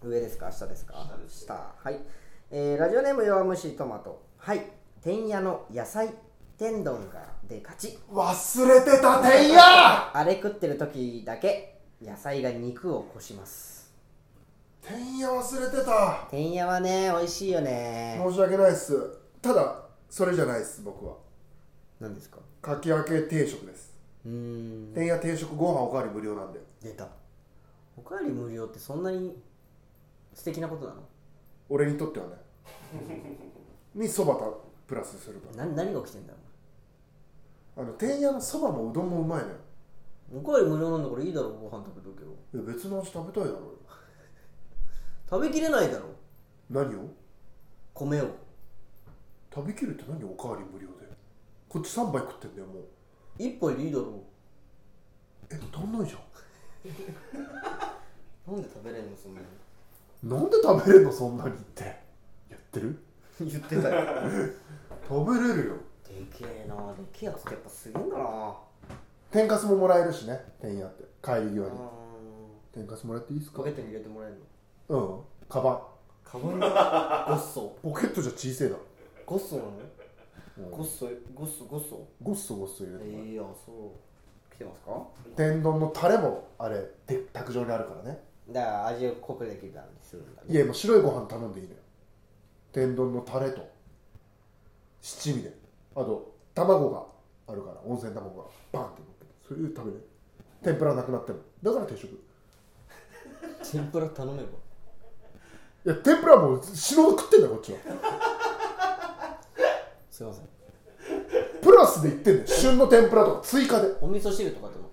Speaker 1: 上ですか、下ですか。下。はい。えーラジオネーム弱虫トマト。はい。天野の野菜天丼がで勝ち。
Speaker 2: 忘れてたてんや
Speaker 1: あれ食ってる時だけ野菜が肉をこします。
Speaker 2: てんや忘れてた
Speaker 1: 天野はね、美味しいよね。
Speaker 2: 申し訳ないっすただそれじゃないっす僕は
Speaker 1: 何ですか。
Speaker 2: かき揚げ定食です
Speaker 1: うーん。
Speaker 2: てんや定食ご飯おかわり無料なんで
Speaker 1: 出た。おかわり無料ってそんなに素敵なことなの？
Speaker 2: 俺にとってはねにそばたプラスするか
Speaker 1: な何が起きてんだろう。
Speaker 2: らあのてんやのそばもうどんもうまいのよ
Speaker 1: おかわり無料なんだからいいだろご飯食べとけよ
Speaker 2: いや別の味食べたいだろうよ
Speaker 1: 食べきれないだろ
Speaker 2: 何を
Speaker 1: 米を
Speaker 2: 食べきるって何おかわり無料でこっち3杯食ってんだよもう
Speaker 1: 一杯でいいだろ
Speaker 2: え足んないじゃん
Speaker 1: なんで食べれんのそんなに
Speaker 2: なんで食べれんのそんなにってやってる
Speaker 1: 言って たよ
Speaker 2: 食べれるよ
Speaker 1: でけえなでけえやつってやっぱすげえんだな
Speaker 2: 天かすももらえるしね天やって帰り際
Speaker 1: うー
Speaker 2: に
Speaker 1: ん
Speaker 2: 天かすもらっていいですか
Speaker 1: ポケットに入れてもらえるの
Speaker 2: うんカバン
Speaker 1: カバンがごっそ
Speaker 2: ポケットじゃ小せえだろ
Speaker 1: ごっそなの
Speaker 2: うん
Speaker 1: ごっそごっそごっそ
Speaker 2: ごっそごっそ入れてもらう
Speaker 1: えいやそう来てますか
Speaker 2: 天丼のタレもあれで卓上にあるからね
Speaker 1: だから味を濃くできるようにするんだ
Speaker 2: いやもう白いご飯頼んでいいのよ天丼のタレと七味であと卵があるから温泉卵がバンって乗ってそれで食べれる天ぷらなくなってもだから定食
Speaker 1: 天ぷら頼めば
Speaker 2: いや天ぷらもう死ぬほど食ってんだよこっちは
Speaker 1: すいません
Speaker 2: プラスで言ってんだよ旬の天ぷらとか追加で
Speaker 1: お味噌汁とかでも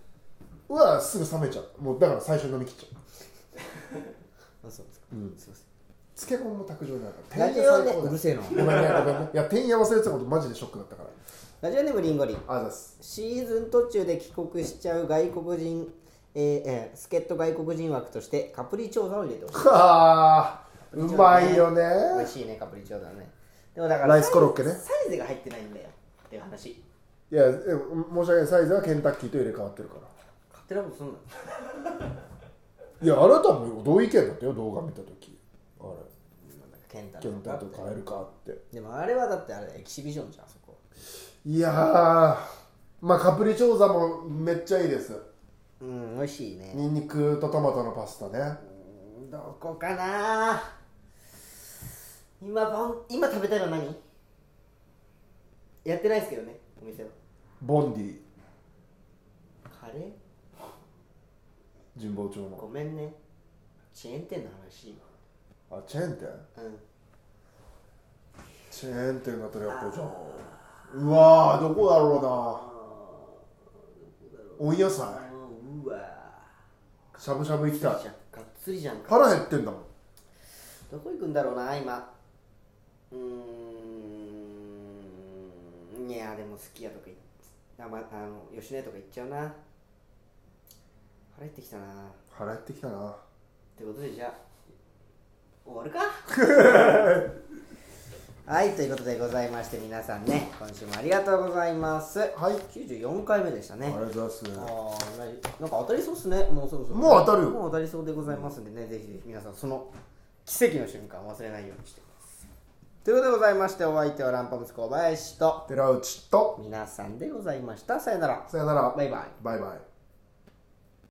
Speaker 2: うわすぐ冷めちゃうもうだから最初に飲み切っちゃう
Speaker 1: あそうですか、すいません
Speaker 2: 漬物も卓上にあるから
Speaker 1: ラジオね
Speaker 2: 天野最高だ
Speaker 1: うるせえな
Speaker 2: ごめんねごめんねいや天野忘れてたことマジでショックだったから
Speaker 1: ラジオネームリンゴリン
Speaker 2: あざっす
Speaker 1: シーズン途中で帰国しちゃう外国人、えーえー、助っ人外国人枠としてカプリチョーザを入れてほしい
Speaker 2: あーうまいよね
Speaker 1: 美味しいねカプリチョーザはねでもだから
Speaker 2: ライスコロッケね
Speaker 1: サイサイズが入ってないんだよっていう話
Speaker 2: いやえ申し訳ないサイズはケンタッキーと入れ替わってるから
Speaker 1: 勝手なことすんない
Speaker 2: やあなたも同意見だったよ動画見た時あれ
Speaker 1: ケンタ
Speaker 2: ケンタ
Speaker 1: と
Speaker 2: と
Speaker 1: か
Speaker 2: 変えるかって
Speaker 1: でもあれはだってあれエキシビジョンじゃんそこ
Speaker 2: いやーまあカプリチョーザもめっちゃいいです
Speaker 1: うん美味しいね
Speaker 2: ニンニクとトマトのパスタね
Speaker 1: どこかな今ぼん今食べたいのは何やってないですけどねお店は
Speaker 2: ボンディ
Speaker 1: カレー
Speaker 2: 神保町
Speaker 1: ご
Speaker 2: の
Speaker 1: めんねチェーン店の話
Speaker 2: あチェーン店
Speaker 1: うん
Speaker 2: チェーン店だったらやっぱじゃあうわーどこだろうな温野菜
Speaker 1: うんうわ
Speaker 2: しゃぶしゃぶ行きたい
Speaker 1: じゃんがっつりじゃんか
Speaker 2: 腹減ってんだもん
Speaker 1: どこ行くんだろうな今うーんいやでも好きやとか言っあ,、まあの吉野家とか行っちゃうな腹減ってきたなっ
Speaker 2: 腹減ってきたな
Speaker 1: てことでじゃあ終わるかはいということでございまして皆さんね今週もありがとうございます
Speaker 2: はい
Speaker 1: 94回目でしたね
Speaker 2: ありがと
Speaker 1: あ
Speaker 2: うございます
Speaker 1: ーななんか当たりそうですねもうそろそろ
Speaker 2: もう当たるよ
Speaker 1: もう当たりそうでございますんでね、ぜひぜひ皆さんその奇跡の瞬間忘れないようにしてくださいということでございましてお相手はランパムス小林と
Speaker 2: 寺内と
Speaker 1: 皆さんでございましたさよなら
Speaker 2: さよなら
Speaker 1: バイバイ
Speaker 2: バイバイ